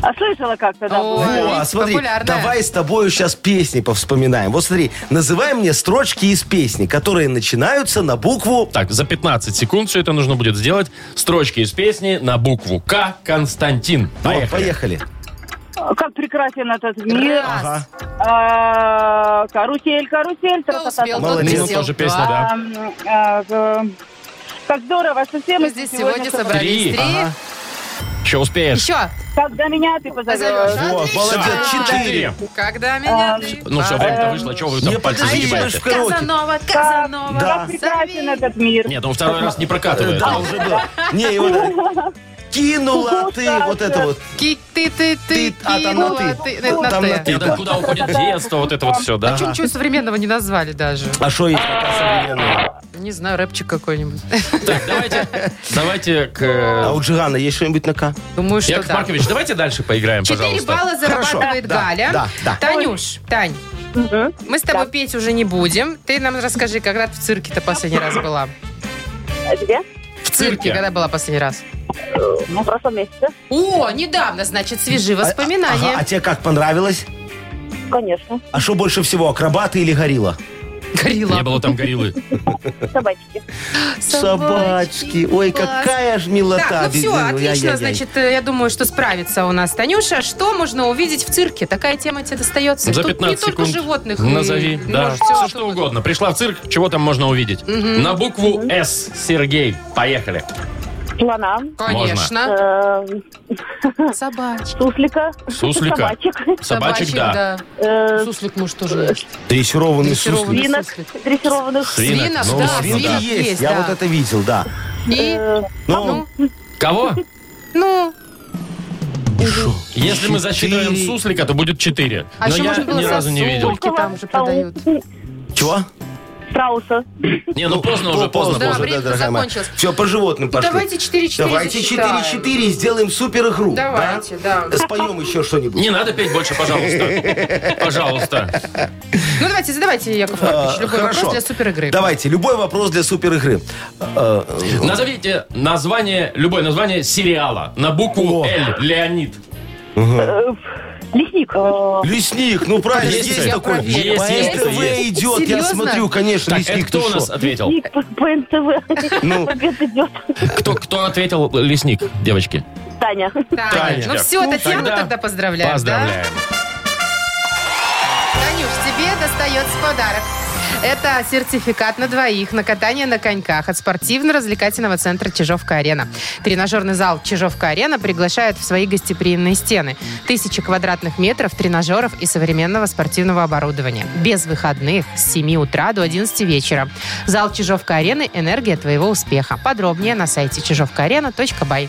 [SPEAKER 7] А слышала как-то, да,
[SPEAKER 3] О,
[SPEAKER 7] бывает.
[SPEAKER 4] Во,
[SPEAKER 3] видите,
[SPEAKER 4] смотри,
[SPEAKER 3] популярная.
[SPEAKER 4] давай с тобою сейчас песни повспоминаем. Вот смотри, называй мне строчки из песни, которые начинаются на букву...
[SPEAKER 2] Так, за 15 секунд все это нужно будет сделать. Строчки из песни на букву К. Константин.
[SPEAKER 4] Во,
[SPEAKER 2] Поехали.
[SPEAKER 4] поехали.
[SPEAKER 7] Как прекрасен этот мир.
[SPEAKER 3] Раз.
[SPEAKER 4] Ага.
[SPEAKER 7] А, Карусель, карусель.
[SPEAKER 3] Кто
[SPEAKER 7] тра-та-та-та.
[SPEAKER 3] успел, тот
[SPEAKER 4] Молодец.
[SPEAKER 3] и
[SPEAKER 2] Ну,
[SPEAKER 3] сел.
[SPEAKER 2] тоже песня,
[SPEAKER 3] Два.
[SPEAKER 2] да.
[SPEAKER 7] А, а, э, Как здорово, что все
[SPEAKER 3] Мы здесь сегодня собрались.
[SPEAKER 2] Три.
[SPEAKER 3] Три.
[SPEAKER 4] Ага.
[SPEAKER 2] Еще успеешь.
[SPEAKER 3] Еще.
[SPEAKER 7] Когда меня ты позовешь.
[SPEAKER 4] Во,
[SPEAKER 3] Отлично.
[SPEAKER 4] молодец,
[SPEAKER 2] Все.
[SPEAKER 4] четыре.
[SPEAKER 3] Когда меня
[SPEAKER 7] А,
[SPEAKER 3] ты...
[SPEAKER 2] Ну все, время-то вышло. Чего вы там
[SPEAKER 4] Не,
[SPEAKER 2] пальцы
[SPEAKER 4] подожди,
[SPEAKER 2] загибаете?
[SPEAKER 4] в А караоке.
[SPEAKER 3] Казанова, Казанова.
[SPEAKER 4] Да.
[SPEAKER 7] Как прекрасен
[SPEAKER 3] зови.
[SPEAKER 7] этот мир.
[SPEAKER 2] Нет, он второй раз не прокатывает.
[SPEAKER 4] Да, уже было. Не, и вот это. Кинула ты вот это вот.
[SPEAKER 3] Ки- Ты, ты, ты,
[SPEAKER 4] Ты, а, там на
[SPEAKER 3] кинула,
[SPEAKER 4] ты.
[SPEAKER 3] ты- на
[SPEAKER 4] Там на
[SPEAKER 3] ты.
[SPEAKER 4] ты.
[SPEAKER 2] Я так, куда уходит детство, вот это вот все, да?
[SPEAKER 3] А Чё, Ничего современного не назвали даже.
[SPEAKER 4] А что есть такая современная?
[SPEAKER 3] Не знаю, рэпчик какой-нибудь.
[SPEAKER 2] Так, давайте, давайте к...
[SPEAKER 4] А у
[SPEAKER 2] э,
[SPEAKER 4] Джигана есть что-нибудь на К?
[SPEAKER 3] Думаю, что
[SPEAKER 2] Яков
[SPEAKER 3] да.
[SPEAKER 2] Маркович, давайте дальше поиграем,
[SPEAKER 3] 4
[SPEAKER 2] пожалуйста.
[SPEAKER 3] балла зарабатывает
[SPEAKER 4] Хорошо. Да,
[SPEAKER 3] Галя.
[SPEAKER 4] да, да.
[SPEAKER 3] Танюш, Тань,
[SPEAKER 7] Мгм.
[SPEAKER 3] мы с тобой петь уже не будем. Ты нам расскажи, когда ты в цирке-то последний раз была?
[SPEAKER 7] А Где?
[SPEAKER 3] В цирке когда была последний раз?
[SPEAKER 7] Ну, в прошлом месяце.
[SPEAKER 3] О, недавно, значит, свежи
[SPEAKER 4] А,
[SPEAKER 3] воспоминания.
[SPEAKER 4] а тебе как понравилось?
[SPEAKER 7] Конечно.
[SPEAKER 4] А что больше всего, акробаты или горилла?
[SPEAKER 3] Горилла.
[SPEAKER 2] Не было там гориллы.
[SPEAKER 7] Собачки.
[SPEAKER 4] Собачки. Ой,
[SPEAKER 3] класс.
[SPEAKER 4] какая ж милота.
[SPEAKER 3] Так, ну все,
[SPEAKER 4] Ой-ой-ой.
[SPEAKER 3] отлично, значит, э, я думаю, что справится у нас Танюша. Что можно увидеть в цирке? Такая тема тебе достается.
[SPEAKER 2] За
[SPEAKER 3] Тут
[SPEAKER 2] 15
[SPEAKER 3] не только
[SPEAKER 2] секунд
[SPEAKER 3] животных.
[SPEAKER 2] назови.
[SPEAKER 3] м,
[SPEAKER 2] Да,
[SPEAKER 3] может,
[SPEAKER 2] все
[SPEAKER 3] всё
[SPEAKER 2] что угодно. Пришла в цирк, чего там можно увидеть? На букву «С», Сергей, поехали.
[SPEAKER 7] Слона.
[SPEAKER 3] Конечно.
[SPEAKER 7] э,
[SPEAKER 3] Собачек.
[SPEAKER 7] Суслика.
[SPEAKER 2] Суслика.
[SPEAKER 7] Собачек.
[SPEAKER 2] Собачек,
[SPEAKER 3] Собачек,
[SPEAKER 2] да.
[SPEAKER 7] э,
[SPEAKER 3] Суслик, может, тоже есть.
[SPEAKER 4] Дрессированный суслик.
[SPEAKER 3] Дрессированный
[SPEAKER 7] Свинок.
[SPEAKER 3] суслик.
[SPEAKER 7] Дрессированных.
[SPEAKER 2] Свинок.
[SPEAKER 3] Свинок,
[SPEAKER 2] Ну,
[SPEAKER 3] да,
[SPEAKER 2] свинки
[SPEAKER 3] свинок
[SPEAKER 4] есть,
[SPEAKER 3] есть,
[SPEAKER 4] я
[SPEAKER 3] да.
[SPEAKER 4] вот это видел, да.
[SPEAKER 3] И,
[SPEAKER 4] Ну,
[SPEAKER 2] Кого?
[SPEAKER 3] ну,
[SPEAKER 2] Если мы засчитываем
[SPEAKER 4] Четыре.
[SPEAKER 2] суслика, то будет 4.
[SPEAKER 3] А
[SPEAKER 2] Но
[SPEAKER 3] еще
[SPEAKER 2] я
[SPEAKER 3] можно было
[SPEAKER 2] ни разу не
[SPEAKER 3] сосульки.
[SPEAKER 2] видел.
[SPEAKER 3] там же продают.
[SPEAKER 4] чего?
[SPEAKER 7] Страуса.
[SPEAKER 2] Не, ну поздно уже, поздно,
[SPEAKER 3] поздно. Да,
[SPEAKER 2] поздно.
[SPEAKER 3] время закончилось.
[SPEAKER 4] Все, по животным пошли.
[SPEAKER 3] давайте 4-4
[SPEAKER 4] Давайте
[SPEAKER 3] засчитаем.
[SPEAKER 4] 4-4 сделаем супер игру.
[SPEAKER 3] давайте, да.
[SPEAKER 4] Споем еще что-нибудь.
[SPEAKER 2] Не надо петь больше, пожалуйста. Пожалуйста.
[SPEAKER 3] Ну, давайте, задавайте, Яков Маркович,
[SPEAKER 2] Э,
[SPEAKER 3] любой
[SPEAKER 4] А,
[SPEAKER 3] вопрос для супер игры.
[SPEAKER 4] Давайте, любой вопрос для Э, супер игры.
[SPEAKER 2] Назовите название, любое название сериала на букву
[SPEAKER 4] О.
[SPEAKER 2] «Л». Леонид.
[SPEAKER 7] Лесник. Э,
[SPEAKER 4] Лесник, ну правильно,
[SPEAKER 2] Есть
[SPEAKER 4] есть,
[SPEAKER 2] я
[SPEAKER 4] такой.
[SPEAKER 3] проверю.
[SPEAKER 2] Есть,
[SPEAKER 4] По
[SPEAKER 2] есть,
[SPEAKER 4] НТВ
[SPEAKER 2] есть.
[SPEAKER 4] идет, я
[SPEAKER 3] Серьезно?
[SPEAKER 4] смотрю, конечно,
[SPEAKER 2] Так, это
[SPEAKER 4] лесник.
[SPEAKER 2] кто
[SPEAKER 4] ты
[SPEAKER 2] у нас
[SPEAKER 4] шо?
[SPEAKER 2] ответил?
[SPEAKER 7] Лесник по, по НТВ.
[SPEAKER 4] Ну.
[SPEAKER 7] Побед идет.
[SPEAKER 2] Кто, кто ответил лесник, девочки?
[SPEAKER 7] Таня.
[SPEAKER 3] Таня.
[SPEAKER 2] Таня.
[SPEAKER 3] Ну все, Татьяну
[SPEAKER 2] Тогда
[SPEAKER 3] тогда, поздравляем.
[SPEAKER 2] Поздравляем.
[SPEAKER 3] Да? Танюш, тебе достается подарок. Это сертификат на двоих на катание на коньках от спортивно-развлекательного центра «Чижовка-арена». Тренажерный зал «Чижовка-арена» приглашает в свои гостеприимные стены. Тысячи квадратных метров тренажеров и современного спортивного оборудования. Без выходных с 7 утра до 11 вечера. Зал «Чижовка-арены» – энергия твоего успеха. Подробнее на сайте чижовкаарена.бай.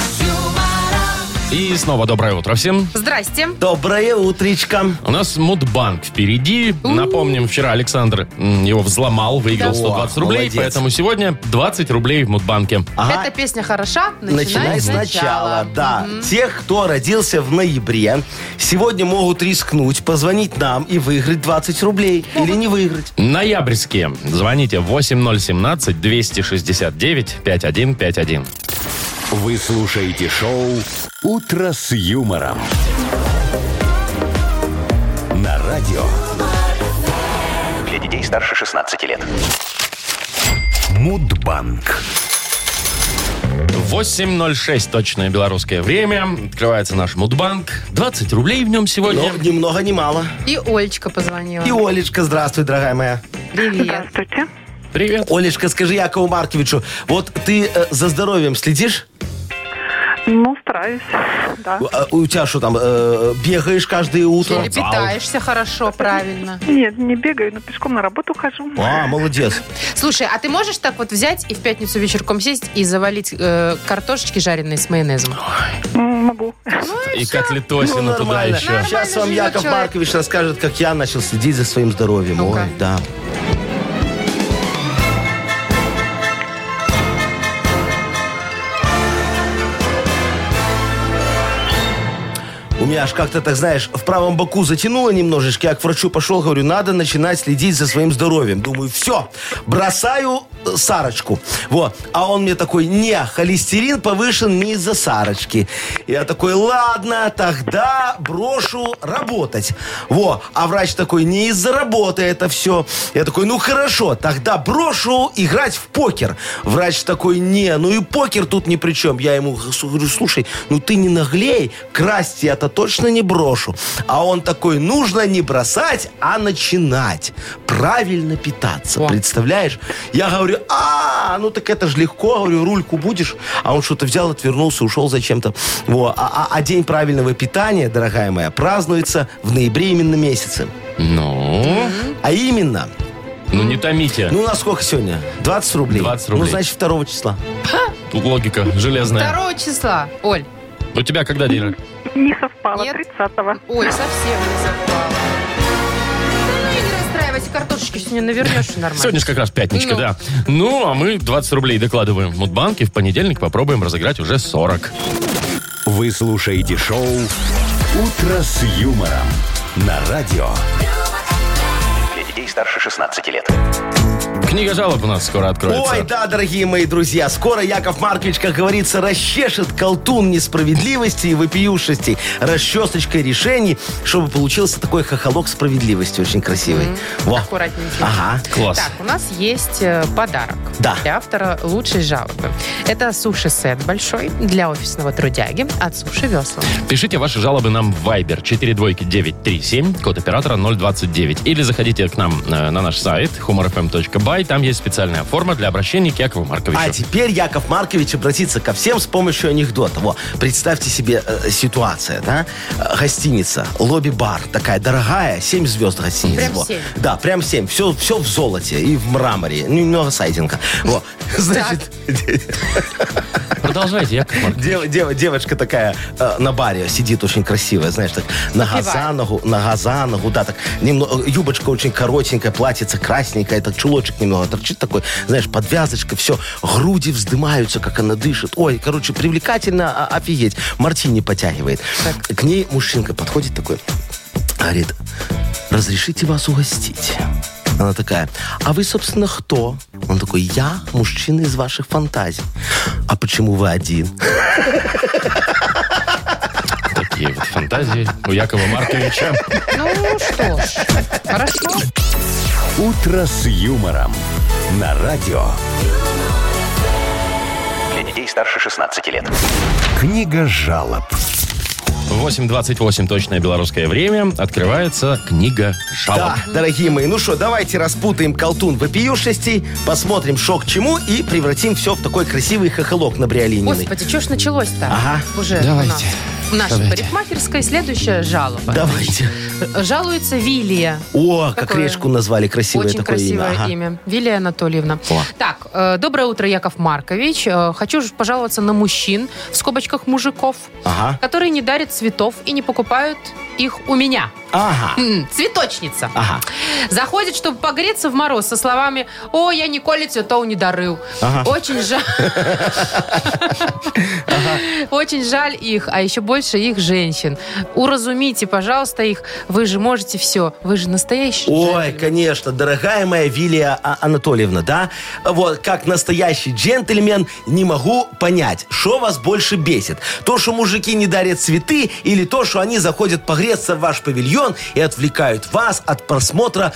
[SPEAKER 2] И снова доброе утро всем.
[SPEAKER 3] Здрасте.
[SPEAKER 4] Доброе утречко.
[SPEAKER 2] У нас Мудбанк впереди. Напомним, вчера Александр м, его взломал, выиграл
[SPEAKER 4] Да.
[SPEAKER 2] 120
[SPEAKER 4] О,
[SPEAKER 2] рублей,
[SPEAKER 4] молодец.
[SPEAKER 2] поэтому сегодня 20 рублей в Мудбанке.
[SPEAKER 4] Ага.
[SPEAKER 3] Эта песня хороша.
[SPEAKER 4] А Начинай сначала, да. Тех, кто родился в ноябре, сегодня могут рискнуть позвонить нам и выиграть 20 рублей. Или не выиграть.
[SPEAKER 2] Ноябрьские. Звоните 8017-269-5151.
[SPEAKER 1] Вы слушаете шоу Утро с юмором. На радио
[SPEAKER 6] Для детей старше 16 лет.
[SPEAKER 1] Мудбанк.
[SPEAKER 2] 8.06 точное белорусское время. Открывается наш Мудбанк. 20 рублей в нем
[SPEAKER 4] Но
[SPEAKER 2] сегодня.
[SPEAKER 4] ни много, ни мало.
[SPEAKER 3] И Олечка позвонила.
[SPEAKER 4] И Олечка, здравствуй, дорогая моя.
[SPEAKER 3] Привет.
[SPEAKER 7] Здравствуйте.
[SPEAKER 2] Привет.
[SPEAKER 4] Олечка, скажи Якову Марковичу, вот ты э, за здоровьем следишь?
[SPEAKER 7] Ну, стараюсь. Да.
[SPEAKER 4] А У тебя что там, э, бегаешь каждое утро?
[SPEAKER 3] Или питаешься хорошо, правильно.
[SPEAKER 7] Нет, не бегаю, но пешком на работу хожу.
[SPEAKER 4] А, молодец.
[SPEAKER 3] Слушай, а ты можешь так вот взять и в пятницу вечерком сесть и завалить э, картошечки жареные с майонезом?
[SPEAKER 7] М, Ну, Могу.
[SPEAKER 2] И котлетосина туда
[SPEAKER 4] ну нормально.
[SPEAKER 2] еще.
[SPEAKER 4] Сейчас вам
[SPEAKER 3] живет
[SPEAKER 4] Яков
[SPEAKER 3] человек.
[SPEAKER 4] Маркович расскажет, как я начал следить за своим здоровьем.
[SPEAKER 3] Ну-ка.
[SPEAKER 4] Ой, да. У меня аж как-то, так знаешь, в правом боку затянуло немножечко. Я к врачу пошел, говорю, надо начинать следить за своим здоровьем. Думаю, все, бросаю э, Сарочку. Вот. А он мне такой, не, холестерин повышен не из-за Сарочки. Я такой, ладно, тогда брошу работать. Во. А врач такой, не из-за работы это все. Я такой, ну хорошо, тогда брошу играть в покер. Врач такой, не, ну и покер тут ни при чем. Я ему с- говорю, слушай, ну ты не наглей, красть я-то точно не брошу. А он такой, нужно не бросать, а начинать. Правильно питаться,
[SPEAKER 3] О.
[SPEAKER 4] представляешь? Я говорю, а, ну так это же легко, говорю, рульку будешь. А он что-то взял, отвернулся, ушел зачем-то. Во. А, а- а день правильного питания, дорогая моя, празднуется в ноябре именно месяце.
[SPEAKER 2] Ну,
[SPEAKER 4] А именно,
[SPEAKER 2] ну не томите.
[SPEAKER 4] ну у нас сколько сегодня? 20 рублей.
[SPEAKER 2] 20 рублей.
[SPEAKER 4] Ну, значит, 2 числа.
[SPEAKER 2] Тут логика железная.
[SPEAKER 3] 2 числа. Оль.
[SPEAKER 2] У тебя когда день? рождения?
[SPEAKER 7] Не совпало.
[SPEAKER 3] Нет.
[SPEAKER 7] 30-го.
[SPEAKER 3] Ой, совсем не совпало. Да ну и не расстраивайся, картошечки сегодня навернешь и нормально.
[SPEAKER 2] Сегодня же как раз пятничка,
[SPEAKER 3] Ну.
[SPEAKER 2] да. Ну, а мы 20 рублей докладываем в Мудбанке. В понедельник попробуем разыграть уже 40.
[SPEAKER 1] Вы слушаете шоу Утро с юмором на радио.
[SPEAKER 6] Для детей старше 16 лет.
[SPEAKER 2] Книга жалоб у нас скоро откроется.
[SPEAKER 4] Ой, да, дорогие мои друзья, скоро Яков Маркович, как говорится, расчешет колтун несправедливости и вопиюшести расчесочкой решений, чтобы получился такой хохолок справедливости очень красивый. Во.
[SPEAKER 3] Аккуратненько.
[SPEAKER 4] Ага.
[SPEAKER 2] Класс.
[SPEAKER 3] Так, у нас есть э, подарок
[SPEAKER 4] Да.
[SPEAKER 3] для автора лучшей жалобы. Это суши-сет большой для офисного трудяги от Суши Весла.
[SPEAKER 2] Пишите ваши жалобы нам в Viber 42937, код оператора 029. Или заходите к нам э, на наш сайт humorfm.by. Там есть специальная форма для обращения к Якову Марковичу.
[SPEAKER 4] А теперь Яков Маркович обратится ко всем с помощью анекдота. Во, представьте себе э, ситуация, да? Э, Гостиница, лобби-бар, такая дорогая, 7 звезд гостиница.
[SPEAKER 3] Прям
[SPEAKER 4] Во.
[SPEAKER 3] семь?
[SPEAKER 4] Да, прям 7. Все, все в золоте и в мраморе. Ну, Немного сайдинга.
[SPEAKER 3] [LAUGHS]
[SPEAKER 4] Во. Значит,
[SPEAKER 2] Продолжайте, Яков
[SPEAKER 4] [LAUGHS]
[SPEAKER 2] Маркович.
[SPEAKER 4] дев- дев- девочка такая э, на баре сидит очень красивая, знаешь, так нога за
[SPEAKER 3] Напевает.
[SPEAKER 4] ногу, нога за ногу, да, так немного, юбочка очень коротенькая, платьице красненькое, так чулочек немного торчит такой, знаешь, подвязочка, все, груди вздымаются, как она дышит. Ой, короче, привлекательно, а- офигеть. Мартини потягивает. К ней мужчинка подходит такой, говорит, разрешите вас угостить? Она такая, а вы, собственно, кто? Он такой, я мужчина из ваших фантазий. А почему вы один?
[SPEAKER 2] Такие вот фантазии у Якова Марковича.
[SPEAKER 3] Ну что ж, хорошо.
[SPEAKER 1] «Утро с юмором» на радио.
[SPEAKER 6] Для детей старше 16 лет.
[SPEAKER 1] Книга жалоб.
[SPEAKER 2] 8.28 точное белорусское время. Открывается книга жалоб.
[SPEAKER 4] Да, дорогие мои, ну что, давайте распутаем колтун вопиюшестей, посмотрим, что к чему, и превратим все в такой красивый хохолок на бриолининой.
[SPEAKER 3] Господи, что ж началось-то?
[SPEAKER 4] Ага.
[SPEAKER 3] Уже у
[SPEAKER 2] Давайте.
[SPEAKER 3] нас. В нашей
[SPEAKER 2] Давайте.
[SPEAKER 3] парикмахерской следующая жалоба.
[SPEAKER 4] Давайте.
[SPEAKER 3] Жалуется Вилия.
[SPEAKER 4] О, как
[SPEAKER 3] Какое?
[SPEAKER 4] речку назвали, красивое
[SPEAKER 3] Очень
[SPEAKER 4] такое
[SPEAKER 3] красивое
[SPEAKER 4] имя. Ага.
[SPEAKER 3] имя. Вилия Анатольевна.
[SPEAKER 4] О.
[SPEAKER 3] Так, э, доброе утро, Яков Маркович. Э, хочу ж пожаловаться на мужчин, в скобочках мужиков,
[SPEAKER 4] Ага.
[SPEAKER 3] которые не дарят цветов и не покупают их у меня.
[SPEAKER 4] Ага.
[SPEAKER 3] М, Цветочница.
[SPEAKER 4] Ага.
[SPEAKER 3] Заходит, чтобы погреться в мороз со словами «О, я Николе цветов не дарыл».
[SPEAKER 4] Ага.
[SPEAKER 3] Очень жаль. Очень жаль их, а еще больше их женщин. Уразумите, пожалуйста, их. Вы же можете все. Вы же настоящий
[SPEAKER 4] Ой,
[SPEAKER 3] джентльмен.
[SPEAKER 4] конечно, дорогая моя Вилия А- Анатольевна, да? Вот, как настоящий джентльмен, не могу понять, что вас больше бесит. То, что мужики не дарят цветы, или то, что они заходят погреться в ваш павильон и отвлекают вас от просмотра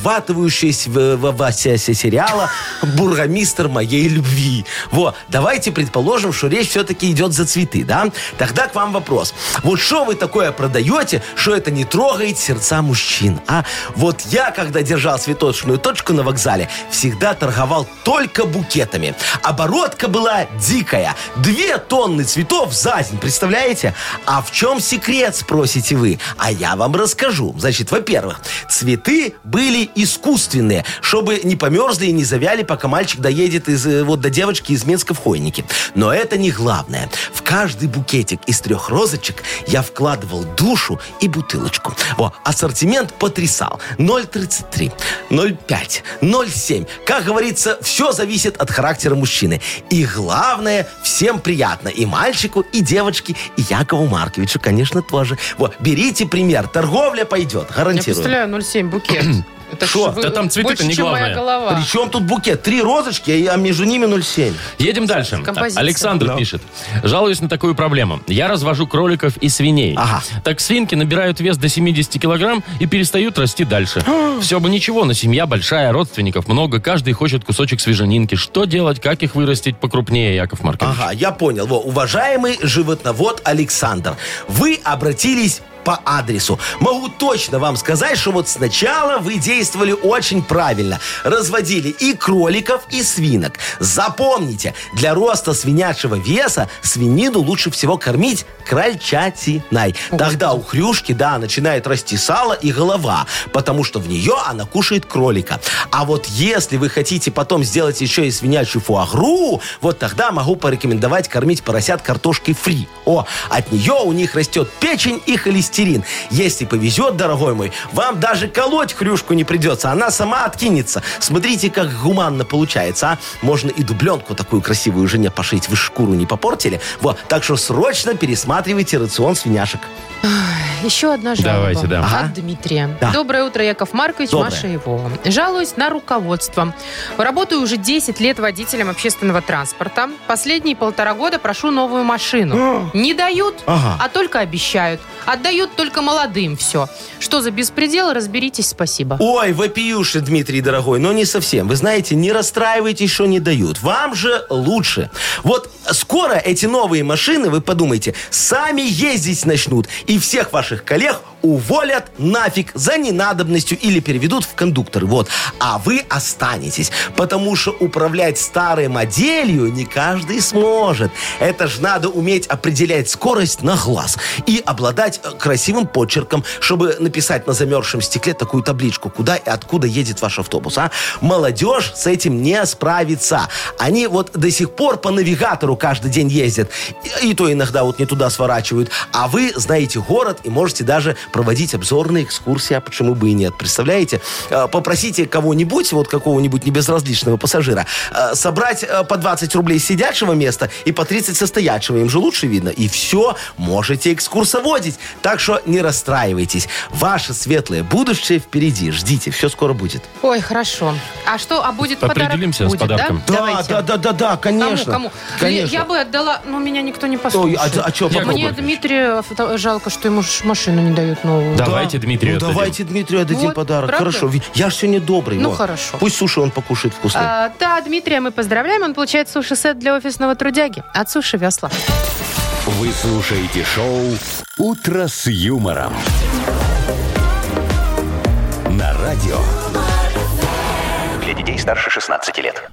[SPEAKER 4] захватывающегося в- в- в- се- се- сериала «Бургомистр моей любви». Вот, давайте предположим, что речь все-таки идет за цветы, да? Тогда к вам вопрос. Вот что вы такое продаете, что это не трогает сердца мужчин, а? Вот я, когда держал цветочную точку на вокзале, всегда торговал только букетами. Оборотка была дикая. Две тонны цветов за день, представляете? А в чем секрет, спросите вы? А я вам расскажу. Значит, во-первых, цветы были искусственные, чтобы не померзли и не завяли, пока мальчик доедет из, э, вот до девочки из Минска в Хойнике. Но это не главное. В каждый букетик из трех розочек я вкладывал душу и бутылочку. Во, ассортимент потрясал. 0,33, 0,5, 0,7. Как говорится, все зависит от характера мужчины. И главное, всем приятно. И мальчику, и девочке, и Якову Марковичу, конечно, тоже. Вот, берите пример. Торговля пойдет,
[SPEAKER 3] Я
[SPEAKER 4] гарантирую.
[SPEAKER 3] представляю 0,7 букет. [CLEARS THROAT] Это ж
[SPEAKER 4] Шо?
[SPEAKER 3] вы-
[SPEAKER 2] Да там цветы-то
[SPEAKER 3] больше,
[SPEAKER 2] не
[SPEAKER 3] чем
[SPEAKER 2] главное.
[SPEAKER 3] моя голова.
[SPEAKER 4] Причем тут букет? Три розочки, а между ними 0,7.
[SPEAKER 2] Едем дальше.
[SPEAKER 3] Композиция.
[SPEAKER 2] Александр
[SPEAKER 4] Да.
[SPEAKER 2] пишет. Жалуюсь на такую проблему. Я развожу кроликов и свиней.
[SPEAKER 4] Ага.
[SPEAKER 2] Так свинки набирают вес до 70 килограмм и перестают расти дальше.
[SPEAKER 4] А.
[SPEAKER 2] Все бы ничего, но семья большая, родственников много, каждый хочет кусочек свеженинки. Что делать, как их вырастить покрупнее, Яков Маркович?
[SPEAKER 4] Ага, я понял. Во, уважаемый животновод Александр, вы обратились по адресу. Могу точно вам сказать, что вот сначала вы действовали очень правильно. Разводили и кроликов, и свинок. Запомните, для роста свинячьего веса свинину лучше всего кормить крольчатиной. Тогда у хрюшки, да, начинает расти сало и голова, потому что в нее она кушает кролика. А вот если вы хотите потом сделать еще и свинячью фуагру, вот тогда могу порекомендовать кормить поросят картошкой фри. О, от нее у них растет печень и холестерин холестерин. Если повезет, дорогой мой, вам даже колоть хрюшку не придется. Она сама откинется. Смотрите, как гуманно получается, а? Можно и дубленку такую красивую жене пошить. Вы шкуру не попортили? Вот. Так что срочно пересматривайте рацион свиняшек.
[SPEAKER 3] Еще одна жалоба.
[SPEAKER 2] Давайте, да.
[SPEAKER 4] Ага.
[SPEAKER 3] От Дмитрия.
[SPEAKER 4] Да.
[SPEAKER 3] Доброе утро, Яков Маркович,
[SPEAKER 4] Доброе.
[SPEAKER 3] Маша Ивова. Жалуюсь на руководство. Работаю уже 10 лет водителем общественного транспорта. Последние полтора года прошу новую машину. Не дают,
[SPEAKER 4] А. Ага.
[SPEAKER 3] а только обещают. Отдают только молодым все. Что за беспредел, разберитесь, спасибо.
[SPEAKER 4] Ой, вопиюши, Дмитрий, дорогой, но не совсем. Вы знаете, не расстраивайтесь, что не дают. Вам же лучше. Вот скоро эти новые машины, вы подумайте, сами ездить начнут. И всех ваших коллег уволят нафиг за ненадобностью или переведут в кондукторы. Вот. А вы останетесь. Потому что управлять старой моделью не каждый сможет. Это ж надо уметь определять скорость на глаз и обладать э, красивым почерком, чтобы написать на замерзшем стекле такую табличку, куда и откуда едет ваш автобус. А? Молодежь с этим не справится. Они вот до сих пор по навигатору каждый день ездят. И, и то иногда вот не туда сворачивают. А вы знаете город и можете даже проводить обзорные экскурсии, а почему бы и нет. Представляете? Э, Попросите кого-нибудь, вот какого-нибудь небезразличного пассажира, э, собрать э, по 20 рублей с сидячего места и по 30 состоячего. Им же лучше видно. И все, можете экскурсоводить. Так что не расстраивайтесь. Ваше светлое будущее впереди. Ждите, все скоро будет.
[SPEAKER 3] Ой, хорошо. А что, а будет
[SPEAKER 2] Определимся с
[SPEAKER 3] подарок? Будет,
[SPEAKER 2] подарком.
[SPEAKER 3] Да, Давайте.
[SPEAKER 4] да, да, да, да,
[SPEAKER 3] Кому,
[SPEAKER 4] конечно.
[SPEAKER 3] кому?
[SPEAKER 4] Конечно.
[SPEAKER 3] Я бы отдала, но меня никто не
[SPEAKER 4] Ой,
[SPEAKER 3] послушает.
[SPEAKER 4] а, а чё,
[SPEAKER 2] Яков
[SPEAKER 4] попробуй?
[SPEAKER 3] Мне Дмитрия фото- жалко, что ему ж машину не дают новую.
[SPEAKER 2] Давайте Дмитрию
[SPEAKER 4] Ну,
[SPEAKER 2] отдадим.
[SPEAKER 4] давайте Дмитрию отдадим
[SPEAKER 3] Вот,
[SPEAKER 4] подарок.
[SPEAKER 3] правда?
[SPEAKER 4] Хорошо. Ви- Я же сегодня добрый.
[SPEAKER 3] Ну,
[SPEAKER 4] во.
[SPEAKER 3] хорошо.
[SPEAKER 4] Пусть суши он покушает вкусно.
[SPEAKER 3] А, да, Дмитрия мы поздравляем. Он получает суши-сет для офисного трудяги от Суши Весла.
[SPEAKER 1] Вы слушаете шоу «Утро с юмором». На радио.
[SPEAKER 6] Для детей старше 16 лет.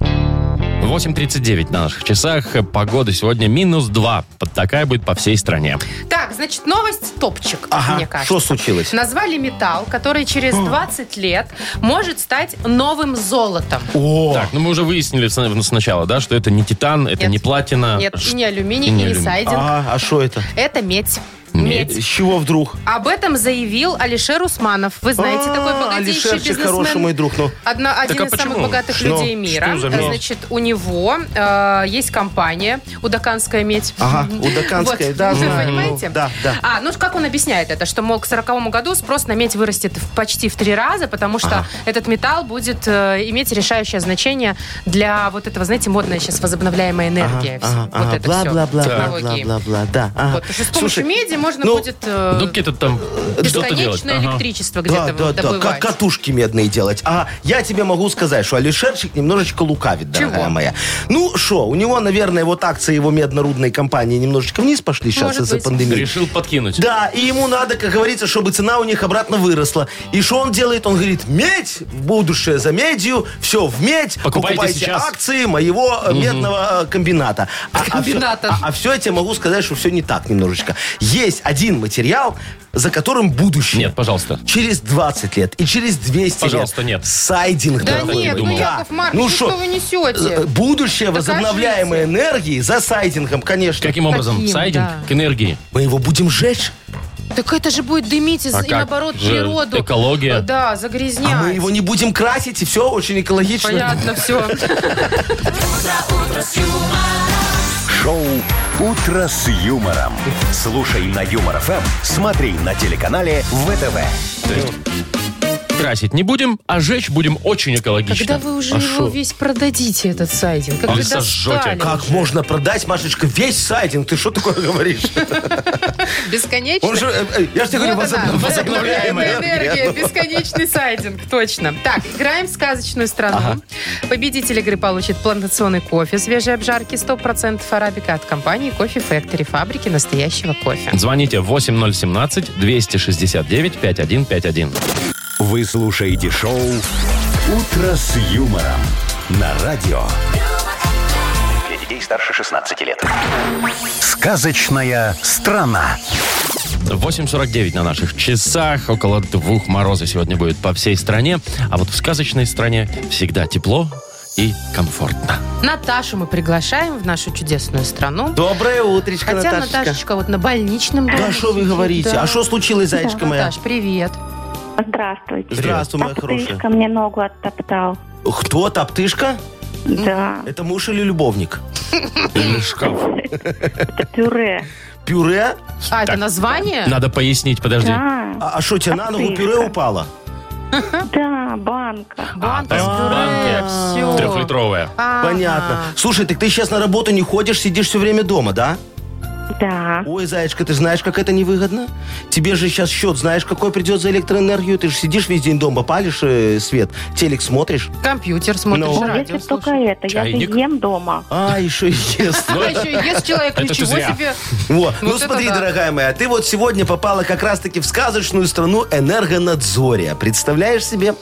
[SPEAKER 2] 8.39 на наших часах. Погода сегодня минус 2. Такая будет по всей стране.
[SPEAKER 3] Так, значит, новость топчик, мне
[SPEAKER 4] ага.
[SPEAKER 3] кажется.
[SPEAKER 4] Что случилось?
[SPEAKER 3] Назвали металл, который через 20 лет может стать новым золотом.
[SPEAKER 4] О,
[SPEAKER 2] Так, ну мы уже выяснили с- сначала, да, что это не титан, это
[SPEAKER 3] Нет.
[SPEAKER 2] не платина.
[SPEAKER 3] Нет, и
[SPEAKER 2] Ш-
[SPEAKER 3] не алюминий,
[SPEAKER 2] и
[SPEAKER 3] и
[SPEAKER 2] не
[SPEAKER 3] не,
[SPEAKER 2] алюминий.
[SPEAKER 3] сайдинг.
[SPEAKER 4] а что это?
[SPEAKER 3] Это медь.
[SPEAKER 2] Медь.
[SPEAKER 3] Медь.
[SPEAKER 4] С чего вдруг?
[SPEAKER 3] Об этом заявил Алишер Усманов. Вы знаете,
[SPEAKER 4] А,
[SPEAKER 3] такой богатейший
[SPEAKER 4] Алишерчик,
[SPEAKER 3] бизнесмен.
[SPEAKER 4] хороший мой друг. Ну,
[SPEAKER 3] Одна, один
[SPEAKER 2] а
[SPEAKER 3] из
[SPEAKER 2] почему?
[SPEAKER 3] самых богатых
[SPEAKER 2] Что?
[SPEAKER 3] людей мира.
[SPEAKER 2] Что за медь?
[SPEAKER 3] Значит, у него э, есть компания «Удаканская медь».
[SPEAKER 2] А,
[SPEAKER 4] ага,
[SPEAKER 3] [LAUGHS]
[SPEAKER 4] удаканская,
[SPEAKER 3] Вот,
[SPEAKER 4] да,
[SPEAKER 3] вы
[SPEAKER 4] знаю.
[SPEAKER 3] понимаете?
[SPEAKER 4] Да, да.
[SPEAKER 3] А, ну как он объясняет это, что, мол, к 40 году спрос на медь вырастет в- почти в три раза, потому что этот металл будет э, иметь решающее значение для вот этого, знаете, модная сейчас возобновляемая энергия. Вс-
[SPEAKER 4] Ага,
[SPEAKER 3] А, вот
[SPEAKER 4] ага,
[SPEAKER 3] это все.
[SPEAKER 4] бла, бла, бла, бла,
[SPEAKER 3] технологии.
[SPEAKER 4] бла, бла, да. ага.
[SPEAKER 3] Вот, потому что с помощью
[SPEAKER 4] Слушай,
[SPEAKER 3] меди можно
[SPEAKER 4] ну,
[SPEAKER 3] будет э,
[SPEAKER 2] Ну, какие-то там что-то делать.
[SPEAKER 3] бесконечное
[SPEAKER 2] Ага.
[SPEAKER 3] электричество
[SPEAKER 4] Да,
[SPEAKER 3] где-то
[SPEAKER 4] да,
[SPEAKER 3] вот
[SPEAKER 4] да, как
[SPEAKER 3] добывать.
[SPEAKER 4] катушки медные делать. А я тебе могу сказать, что Алишерчик немножечко лукавит, дорогая
[SPEAKER 3] Чего?
[SPEAKER 4] моя. Ну что, у него, наверное, вот акции его медно-рудной компании немножечко вниз пошли сейчас
[SPEAKER 3] Может
[SPEAKER 4] из-за
[SPEAKER 3] быть.
[SPEAKER 4] пандемии.
[SPEAKER 2] Решил подкинуть.
[SPEAKER 4] Да, и ему надо, как говорится, чтобы цена у них обратно выросла. И что он делает? Он говорит, медь, в будущее за медью, все в медь,
[SPEAKER 2] Покупайте
[SPEAKER 4] покупайте,
[SPEAKER 2] сейчас».
[SPEAKER 4] акции моего э, медного э, комбината. А- а всё-
[SPEAKER 3] Комбината.
[SPEAKER 4] А, все я тебе могу сказать, что все не так немножечко. Есть один материал, за которым будущее.
[SPEAKER 2] Нет, пожалуйста.
[SPEAKER 4] Через 20 лет и через 200
[SPEAKER 2] Пожалуйста,
[SPEAKER 4] лет.
[SPEAKER 2] нет.
[SPEAKER 4] Сайдинг,
[SPEAKER 3] Да
[SPEAKER 4] дорогой
[SPEAKER 3] нет,
[SPEAKER 4] мой.
[SPEAKER 3] ну,
[SPEAKER 4] Да.
[SPEAKER 3] Яков Маркович, ну
[SPEAKER 4] Ну шо,
[SPEAKER 3] что вы
[SPEAKER 4] э,
[SPEAKER 3] несете?
[SPEAKER 4] Будущее возобновляемой энергии за сайдингом, конечно.
[SPEAKER 2] Каким образом?
[SPEAKER 3] Каким,
[SPEAKER 2] Сайдинг
[SPEAKER 3] да.
[SPEAKER 2] к энергии.
[SPEAKER 4] Мы его будем жечь,
[SPEAKER 3] Так это же будет дымить из-
[SPEAKER 2] А
[SPEAKER 3] и
[SPEAKER 2] как
[SPEAKER 3] наоборот
[SPEAKER 2] же
[SPEAKER 3] природу.
[SPEAKER 2] экология?
[SPEAKER 3] Э, Да, загрязнять.
[SPEAKER 4] а мы его не будем красить, и все очень экологично.
[SPEAKER 3] Понятно все.
[SPEAKER 1] Шоу «Утро с юмором». Слушай на Юмор ФМ, смотри на телеканале ВТВ.
[SPEAKER 2] Красить не будем, а жечь будем очень экологично.
[SPEAKER 3] Когда вы уже
[SPEAKER 2] А
[SPEAKER 3] его
[SPEAKER 2] шо?
[SPEAKER 3] весь продадите, этот сайдинг? Как
[SPEAKER 2] Или
[SPEAKER 3] вы
[SPEAKER 2] сожжете.
[SPEAKER 3] достали?
[SPEAKER 4] Как можно продать, Машечка, весь сайдинг? Ты что такое
[SPEAKER 2] [LAUGHS]
[SPEAKER 4] говоришь?
[SPEAKER 3] Бесконечно.
[SPEAKER 4] Он же, э, э, я же тебе говорю,
[SPEAKER 3] Вот она,
[SPEAKER 4] возоб-
[SPEAKER 3] возобновляемая
[SPEAKER 4] возобновляемая
[SPEAKER 3] энергия,
[SPEAKER 4] энергия.
[SPEAKER 3] бесконечный сайдинг, точно. Так, играем в сказочную страну. Победитель игры получит плантационный кофе свежей обжарки 100% арабика от компании Кофе Factory, фабрики настоящего кофе.
[SPEAKER 2] Звоните 8017-269-5151.
[SPEAKER 1] Вы слушаете шоу «Утро с юмором» на радио.
[SPEAKER 6] Для детей старше 16 лет.
[SPEAKER 1] Сказочная страна.
[SPEAKER 2] 8.49 на наших часах. Около двух мороза сегодня будет по всей стране. А вот в сказочной стране всегда тепло и комфортно.
[SPEAKER 3] Наташу мы приглашаем в нашу чудесную страну.
[SPEAKER 4] Доброе утречко,
[SPEAKER 3] Хотя
[SPEAKER 4] Наташечка.
[SPEAKER 3] Наташечка вот на больничном доме
[SPEAKER 4] Да что вы
[SPEAKER 3] сидит,
[SPEAKER 4] говорите?
[SPEAKER 3] да.
[SPEAKER 4] А что случилось, зайчка моя?
[SPEAKER 3] Наташ, привет.
[SPEAKER 8] Здравствуйте.
[SPEAKER 4] Здравствуй, моя
[SPEAKER 8] Топтышка
[SPEAKER 4] хорошая.
[SPEAKER 8] мне ногу оттоптал.
[SPEAKER 4] Кто? Топтышка?
[SPEAKER 8] Да,
[SPEAKER 4] Это муж или любовник?
[SPEAKER 2] Или шкаф.
[SPEAKER 8] это пюре.
[SPEAKER 4] Пюре?
[SPEAKER 3] А, это
[SPEAKER 2] Так,
[SPEAKER 3] название?
[SPEAKER 2] Надо пояснить, подожди.
[SPEAKER 8] Да,
[SPEAKER 4] А что, тебе на ногу пюре
[SPEAKER 8] Топтышка.
[SPEAKER 4] упало?
[SPEAKER 8] А, да, банка.
[SPEAKER 3] Банка с
[SPEAKER 2] там в
[SPEAKER 3] пюре,
[SPEAKER 2] банке
[SPEAKER 3] всё.
[SPEAKER 2] Трехлитровая.
[SPEAKER 3] Ага.
[SPEAKER 4] Понятно. Слушай, так ты сейчас на работу не ходишь, сидишь все время дома, да?
[SPEAKER 8] Да,
[SPEAKER 4] Ой, зайчка, ты знаешь, как это невыгодно? Тебе же сейчас счет, знаешь, какой придет за электроэнергию? Ты же сидишь весь день дома, палишь э, свет, телек смотришь.
[SPEAKER 3] Компьютер смотришь,
[SPEAKER 4] Ну.
[SPEAKER 8] Ой, если
[SPEAKER 3] радио
[SPEAKER 8] б только
[SPEAKER 3] слушаешь.
[SPEAKER 8] это, я
[SPEAKER 2] Чайник?
[SPEAKER 8] же ем дома.
[SPEAKER 4] А, еще и
[SPEAKER 3] [LAUGHS]
[SPEAKER 4] ест.
[SPEAKER 3] А еще есть человек,
[SPEAKER 2] Это ты
[SPEAKER 3] ничего
[SPEAKER 2] зря.
[SPEAKER 3] себе.
[SPEAKER 4] Вот. Ну,
[SPEAKER 3] Вот это
[SPEAKER 4] смотри,
[SPEAKER 3] да.
[SPEAKER 4] дорогая моя, ты вот сегодня попала как раз-таки в сказочную страну энергонадзория. Представляешь себе?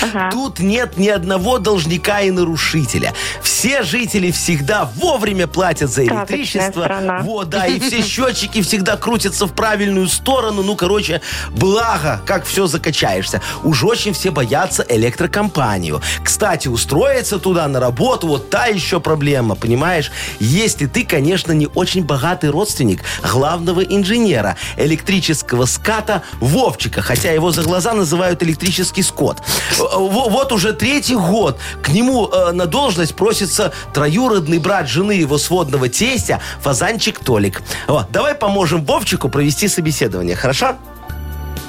[SPEAKER 8] Ага.
[SPEAKER 4] Тут нет ни одного должника и нарушителя. Все жители всегда вовремя платят за
[SPEAKER 8] Сказочная
[SPEAKER 4] электричество.
[SPEAKER 8] страна.
[SPEAKER 4] Вот, да, и все счетчики всегда крутятся в правильную сторону. Ну, короче, благо, как все закачаешься. Уж очень все боятся электрокомпанию. Кстати, устроиться туда на работу, вот та еще проблема, понимаешь? Если ты, конечно, не очень богатый родственник главного инженера электрического ската Вовчика, хотя его за глаза называют электрический скот. Э, Во- Вот уже третий год к нему э, на должность просится троюродный брат жены его сводного тестя, фазанчик Толик. Вот, давай поможем Вовчику провести собеседование, хорошо?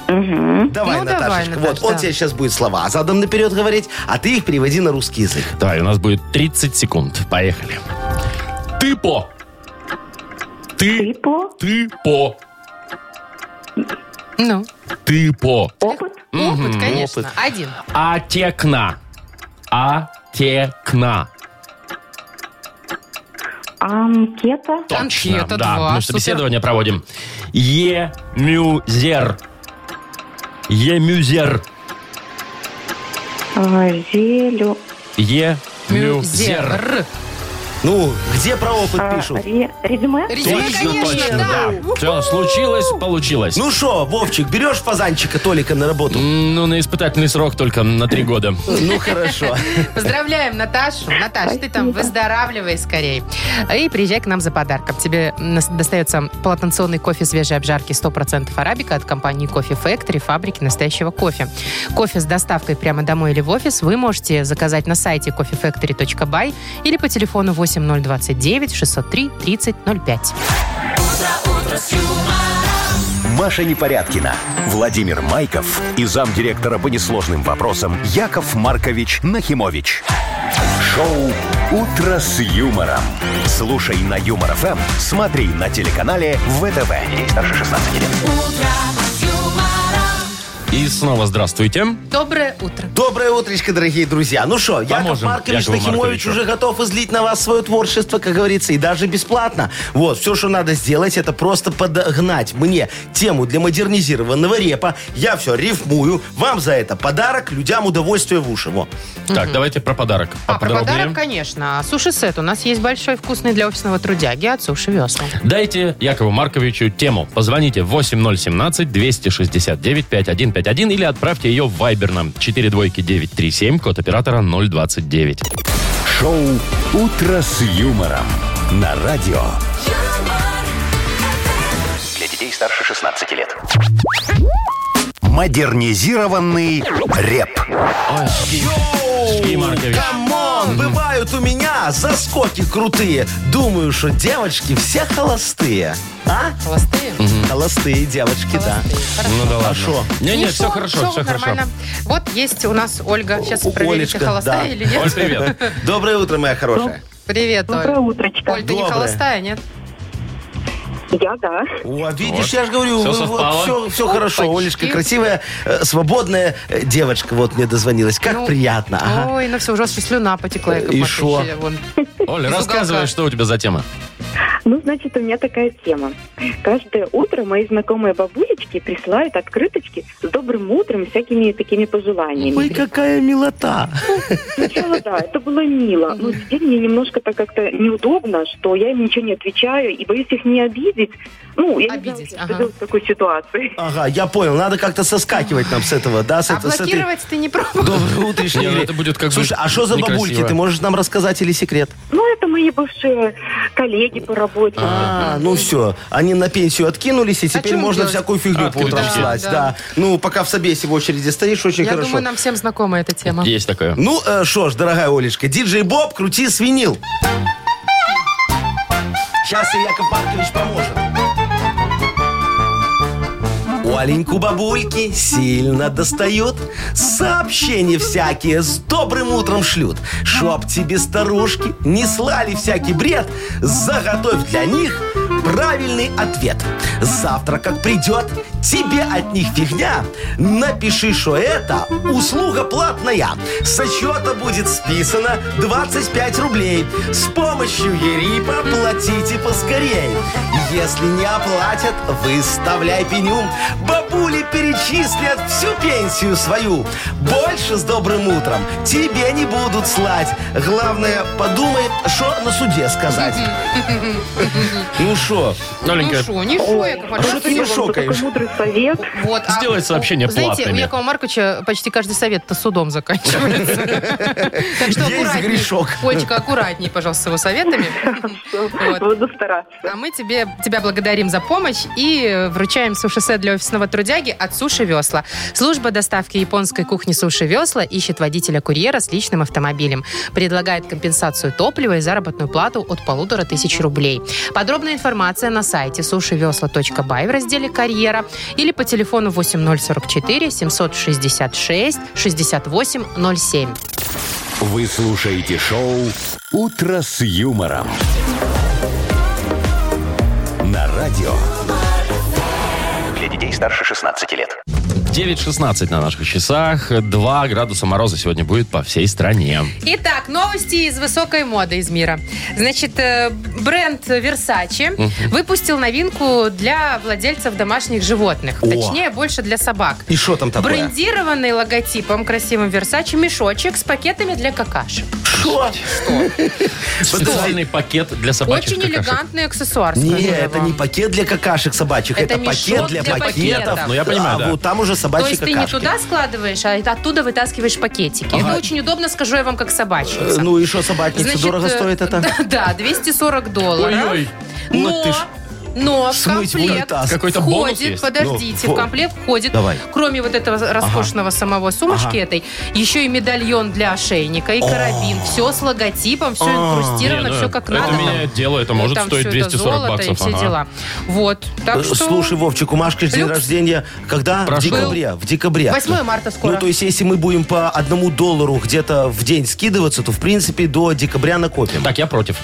[SPEAKER 4] Давай,
[SPEAKER 3] Ну, давай,
[SPEAKER 4] Наташечка.
[SPEAKER 3] Наташ,
[SPEAKER 4] вот, он
[SPEAKER 3] да.
[SPEAKER 4] тебе сейчас будет слова задом наперед говорить, а ты их переводи на русский язык.
[SPEAKER 2] Давай, у нас будет 30 секунд. Поехали. Ты по. Ты.
[SPEAKER 8] Тепло,
[SPEAKER 2] Ты по.
[SPEAKER 3] Ну,
[SPEAKER 2] Ты по. А
[SPEAKER 8] опыт,
[SPEAKER 3] опыт, конечно.
[SPEAKER 4] опыт.
[SPEAKER 3] Один.
[SPEAKER 2] Отекна. А Отекна.
[SPEAKER 8] анкета,
[SPEAKER 2] Точно,
[SPEAKER 3] Анкета
[SPEAKER 2] да.
[SPEAKER 3] два,
[SPEAKER 2] Мы
[SPEAKER 3] супер.
[SPEAKER 2] собеседование проводим. Е-мюзер. Е-мюзер.
[SPEAKER 8] а, зелю,
[SPEAKER 2] Е-мюзер.
[SPEAKER 3] Мюзер.
[SPEAKER 4] Ну, где про опыт
[SPEAKER 8] а,
[SPEAKER 4] пишут?
[SPEAKER 8] ре- резюме,
[SPEAKER 3] Резюме, конечно, да.
[SPEAKER 2] Все, случилось, получилось.
[SPEAKER 4] Ну что, Вовчик, берешь фазанчика Толика на
[SPEAKER 3] [LAUGHS]
[SPEAKER 4] работу?
[SPEAKER 2] М, Ну, на испытательный срок только на три года.
[SPEAKER 4] Ну, хорошо.
[SPEAKER 3] Поздравляем Наташу. Наташ, ты там выздоравливай скорее. И приезжай к нам за подарком. Тебе нас- достается полотенционный кофе свежей обжарки 100% арабика от компании Кофе Factory, фабрики настоящего кофе. Кофе с доставкой прямо домой или в офис вы можете заказать на сайте coffeefactory.by или по телефону 8029 603 3005.
[SPEAKER 1] Маша Непорядкина, Владимир Майков и замдиректора по несложным вопросам Яков Маркович Нахимович. Шоу «Утро с юмором». Слушай на Юмор ФМ, смотри на телеканале ВТВ. Ей старше 16 лет.
[SPEAKER 2] И снова здравствуйте.
[SPEAKER 3] Доброе утро.
[SPEAKER 4] Доброе утречко, дорогие друзья. Ну что, Яков
[SPEAKER 2] Поможем
[SPEAKER 4] Маркович
[SPEAKER 2] Якову
[SPEAKER 4] Нахимович
[SPEAKER 2] Марковичу.
[SPEAKER 4] уже готов излить на вас свое творчество, как говорится, и даже бесплатно. Вот, все, что надо сделать, это просто подогнать мне тему для модернизированного репа. Я все рифмую. Вам за это подарок, людям удовольствие в уши. Во.
[SPEAKER 2] Так, давайте про подарок.
[SPEAKER 3] А про
[SPEAKER 2] поподробнее.
[SPEAKER 3] подарок, конечно. Суши-сет у нас есть большой, вкусный для офисного трудяги от Суши Весла.
[SPEAKER 2] Дайте Якову Марковичу тему. Позвоните 8017-269-5151 или отправьте ее в Viber нам 42937, код оператора 029.
[SPEAKER 1] Шоу «Утро с юмором» на радио.
[SPEAKER 6] Для детей старше 16 лет.
[SPEAKER 1] Модернизированный реп.
[SPEAKER 2] Сергей Маркович.
[SPEAKER 4] Камон, бывают у меня заскоки крутые. Думаю, что девочки все холостые. А?
[SPEAKER 3] Холостые?
[SPEAKER 4] Холостые девочки, да.
[SPEAKER 2] Ну да ладно.
[SPEAKER 4] Хорошо.
[SPEAKER 2] Не-не,
[SPEAKER 3] Ну,
[SPEAKER 2] все хорошо,
[SPEAKER 3] шо,
[SPEAKER 2] все хорошо.
[SPEAKER 3] нормально. Вот есть у нас Ольга. Сейчас
[SPEAKER 4] О-
[SPEAKER 3] проверите,
[SPEAKER 4] Олечка,
[SPEAKER 3] холостая
[SPEAKER 4] да.
[SPEAKER 3] или нет.
[SPEAKER 2] Оль, привет.
[SPEAKER 4] Доброе утро, моя хорошая.
[SPEAKER 3] Привет,
[SPEAKER 8] доброе
[SPEAKER 3] Оль.
[SPEAKER 8] утречко.
[SPEAKER 3] Оль, ты не
[SPEAKER 4] Доброе.
[SPEAKER 3] холостая, нет?
[SPEAKER 8] Я, да.
[SPEAKER 4] О, видишь, я же говорю,
[SPEAKER 2] Всё
[SPEAKER 4] все,
[SPEAKER 2] совпало.
[SPEAKER 4] все, хорошо.
[SPEAKER 3] Опачки.
[SPEAKER 4] Олечка красивая, э, свободная э, девочка вот мне дозвонилась. Как
[SPEAKER 3] Ну,
[SPEAKER 4] приятно. Ага.
[SPEAKER 3] Ой, ну все, уже слюна потекла. Яков
[SPEAKER 4] И
[SPEAKER 3] Маркович,
[SPEAKER 4] шо?
[SPEAKER 3] я вон.
[SPEAKER 2] Оль,
[SPEAKER 3] Из
[SPEAKER 2] рассказывай,
[SPEAKER 3] уголка.
[SPEAKER 2] что у тебя за тема.
[SPEAKER 8] Ну, значит, у меня такая тема. Каждое утро мои знакомые бабулечки присылают открыточки с добрым утром и всякими такими пожеланиями.
[SPEAKER 4] Ой, какая милота.
[SPEAKER 8] Сначала, да, это было мило, но теперь мне немножко так как-то неудобно, что я им ничего не отвечаю и боюсь их не обидеть. Ну, я
[SPEAKER 3] Обидеть,
[SPEAKER 8] не знаю,
[SPEAKER 3] ага.
[SPEAKER 8] что делать в такой ситуации.
[SPEAKER 4] Ага, я понял, надо как-то соскакивать нам с этого, да? С
[SPEAKER 3] А
[SPEAKER 4] это- с этой-
[SPEAKER 3] блокировать ты не пробовал?
[SPEAKER 4] Доброе утрешнее.
[SPEAKER 2] Не, ну
[SPEAKER 4] время.
[SPEAKER 2] это будет как бы
[SPEAKER 4] Слушай, а что за
[SPEAKER 2] некрасиво.
[SPEAKER 4] бабульки? Ты можешь нам рассказать или секрет?
[SPEAKER 8] Ну, это мои бывшие коллеги по работе. А
[SPEAKER 4] А, ну все, они на пенсию откинулись, и теперь
[SPEAKER 3] чё им
[SPEAKER 4] можно
[SPEAKER 3] делать?
[SPEAKER 4] всякую фигню по утрам
[SPEAKER 2] Открыточки.
[SPEAKER 4] слать.
[SPEAKER 3] Да,
[SPEAKER 4] Да,
[SPEAKER 3] да.
[SPEAKER 4] Ну, пока в собесе в очереди стоишь, очень
[SPEAKER 3] Я
[SPEAKER 4] хорошо.
[SPEAKER 3] думаю, нам всем знакома эта тема.
[SPEAKER 2] Есть такое.
[SPEAKER 4] Ну э, шо ж, дорогая Олечка, диджей Боб, крути свинил. Сейчас и Яков Маркович поможет. У Оленьку бабульки сильно достают, сообщения всякие с добрым утром шлют. Чтоб тебе старушки не слали всякий бред, заготовь для них правильный ответ. Завтра, как придет, тебе от них фигня, напиши, что это услуга платная. Со счета будет списано 25 рублей. С помощью Ерипа платите поскорей. Если не оплатят, выставляй пеню. Бабули перечислят всю пенсию свою. Больше с добрым утром тебе не будут слать. Главное, подумай, что на суде
[SPEAKER 3] [LAUGHS]
[SPEAKER 4] сказать. Ну что?
[SPEAKER 3] Ну
[SPEAKER 2] Оленька,
[SPEAKER 3] шо, не шо, Яков
[SPEAKER 4] А что
[SPEAKER 3] Маркович.
[SPEAKER 4] ты не шокаешь?
[SPEAKER 8] Мудрый совет.
[SPEAKER 3] Вот, а
[SPEAKER 2] Сделай сообщения
[SPEAKER 3] у- Знаете, у
[SPEAKER 2] платными.
[SPEAKER 3] Якова Марковича почти каждый совет-то судом
[SPEAKER 4] [LAUGHS]
[SPEAKER 3] заканчивается. Так что
[SPEAKER 4] Есть
[SPEAKER 3] аккуратней.
[SPEAKER 4] грешок.
[SPEAKER 3] Олечка, аккуратней, пожалуйста, с его советами. Вот.
[SPEAKER 8] Буду стараться.
[SPEAKER 3] А мы тебе, тебя благодарим за помощь и вручаем суши-сет для офисного трудяги от Суши Весла. Служба доставки японской кухни Суши Весла ищет водителя-курьера с личным автомобилем. Предлагает компенсацию топлива и заработную плату от полутора тысяч рублей. Подробная информация на сайте сушивесла.бай в разделе «Карьера» или по телефону 8044 766 6807.
[SPEAKER 1] Вы слушаете шоу «Утро с юмором». На радио.
[SPEAKER 6] Для детей старше 16 лет.
[SPEAKER 2] 9.16 на наших часах. 2 градуса мороза сегодня будет по всей стране.
[SPEAKER 3] Итак, новости из высокой моды из мира. Значит, э, бренд Versace выпустил новинку для владельцев домашних животных.
[SPEAKER 4] О.
[SPEAKER 3] Точнее, больше для собак.
[SPEAKER 4] И что там такое?
[SPEAKER 3] Брендированный логотипом красивым Versace мешочек с пакетами для какашек.
[SPEAKER 4] Шо?
[SPEAKER 2] Специальный пакет для собачьих
[SPEAKER 3] Очень
[SPEAKER 2] какашек.
[SPEAKER 3] элегантный аксессуар. скажу
[SPEAKER 4] Не,
[SPEAKER 3] я
[SPEAKER 4] это
[SPEAKER 3] вам.
[SPEAKER 4] не пакет для какашек собачьих,
[SPEAKER 3] Это
[SPEAKER 4] это,
[SPEAKER 3] мешок
[SPEAKER 4] пакет для,
[SPEAKER 3] для
[SPEAKER 4] пакетов.
[SPEAKER 3] пакетов.
[SPEAKER 2] Ну, я понимаю,
[SPEAKER 4] а
[SPEAKER 2] да.
[SPEAKER 4] вот там уже
[SPEAKER 3] То
[SPEAKER 4] собачьи
[SPEAKER 3] есть ты
[SPEAKER 4] какашки.
[SPEAKER 3] не туда складываешь, а оттуда вытаскиваешь пакетики. Это очень удобно, скажу я вам, как
[SPEAKER 4] Э,
[SPEAKER 3] собачница.
[SPEAKER 4] Ну и что, собачница
[SPEAKER 3] Значит,
[SPEAKER 4] дорого
[SPEAKER 3] э,
[SPEAKER 4] стоит а это?
[SPEAKER 3] [LAUGHS] Да, да, 240 долларов.
[SPEAKER 2] Ой-ой.
[SPEAKER 3] Но,
[SPEAKER 4] Вот ты ж.
[SPEAKER 3] но в
[SPEAKER 4] Смыть в
[SPEAKER 3] комплект
[SPEAKER 4] унитаз.
[SPEAKER 2] Какой-то бонус
[SPEAKER 3] входит,
[SPEAKER 2] есть?
[SPEAKER 3] подождите,
[SPEAKER 4] Ну,
[SPEAKER 3] в
[SPEAKER 4] во.
[SPEAKER 3] комплект входит,
[SPEAKER 4] Давай.
[SPEAKER 3] кроме вот этого роскошного самого сумочки
[SPEAKER 4] Ага.
[SPEAKER 3] этой, еще и медальон для ошейника, и карабин. Все с логотипом, все
[SPEAKER 4] А.
[SPEAKER 3] инкрустировано,
[SPEAKER 2] Не, ну,
[SPEAKER 3] все как
[SPEAKER 2] это
[SPEAKER 3] надо. там.
[SPEAKER 2] меняет дело, это может
[SPEAKER 3] там
[SPEAKER 2] стоить
[SPEAKER 3] всё это
[SPEAKER 2] 240
[SPEAKER 3] золото
[SPEAKER 2] баксов,
[SPEAKER 3] и все
[SPEAKER 2] ага.
[SPEAKER 3] дела. Вот, так
[SPEAKER 4] Э,
[SPEAKER 3] А что...
[SPEAKER 4] Слушай, Вовчик, у Машки ж день
[SPEAKER 3] Люкс.
[SPEAKER 4] рождения когда?
[SPEAKER 2] Прошу.
[SPEAKER 4] В декабре. В декабре.
[SPEAKER 3] 8 марта скоро.
[SPEAKER 4] Ну, то есть, если мы будем по одному доллару где-то в день скидываться, то, в принципе, до декабря накопим.
[SPEAKER 2] Так, я против.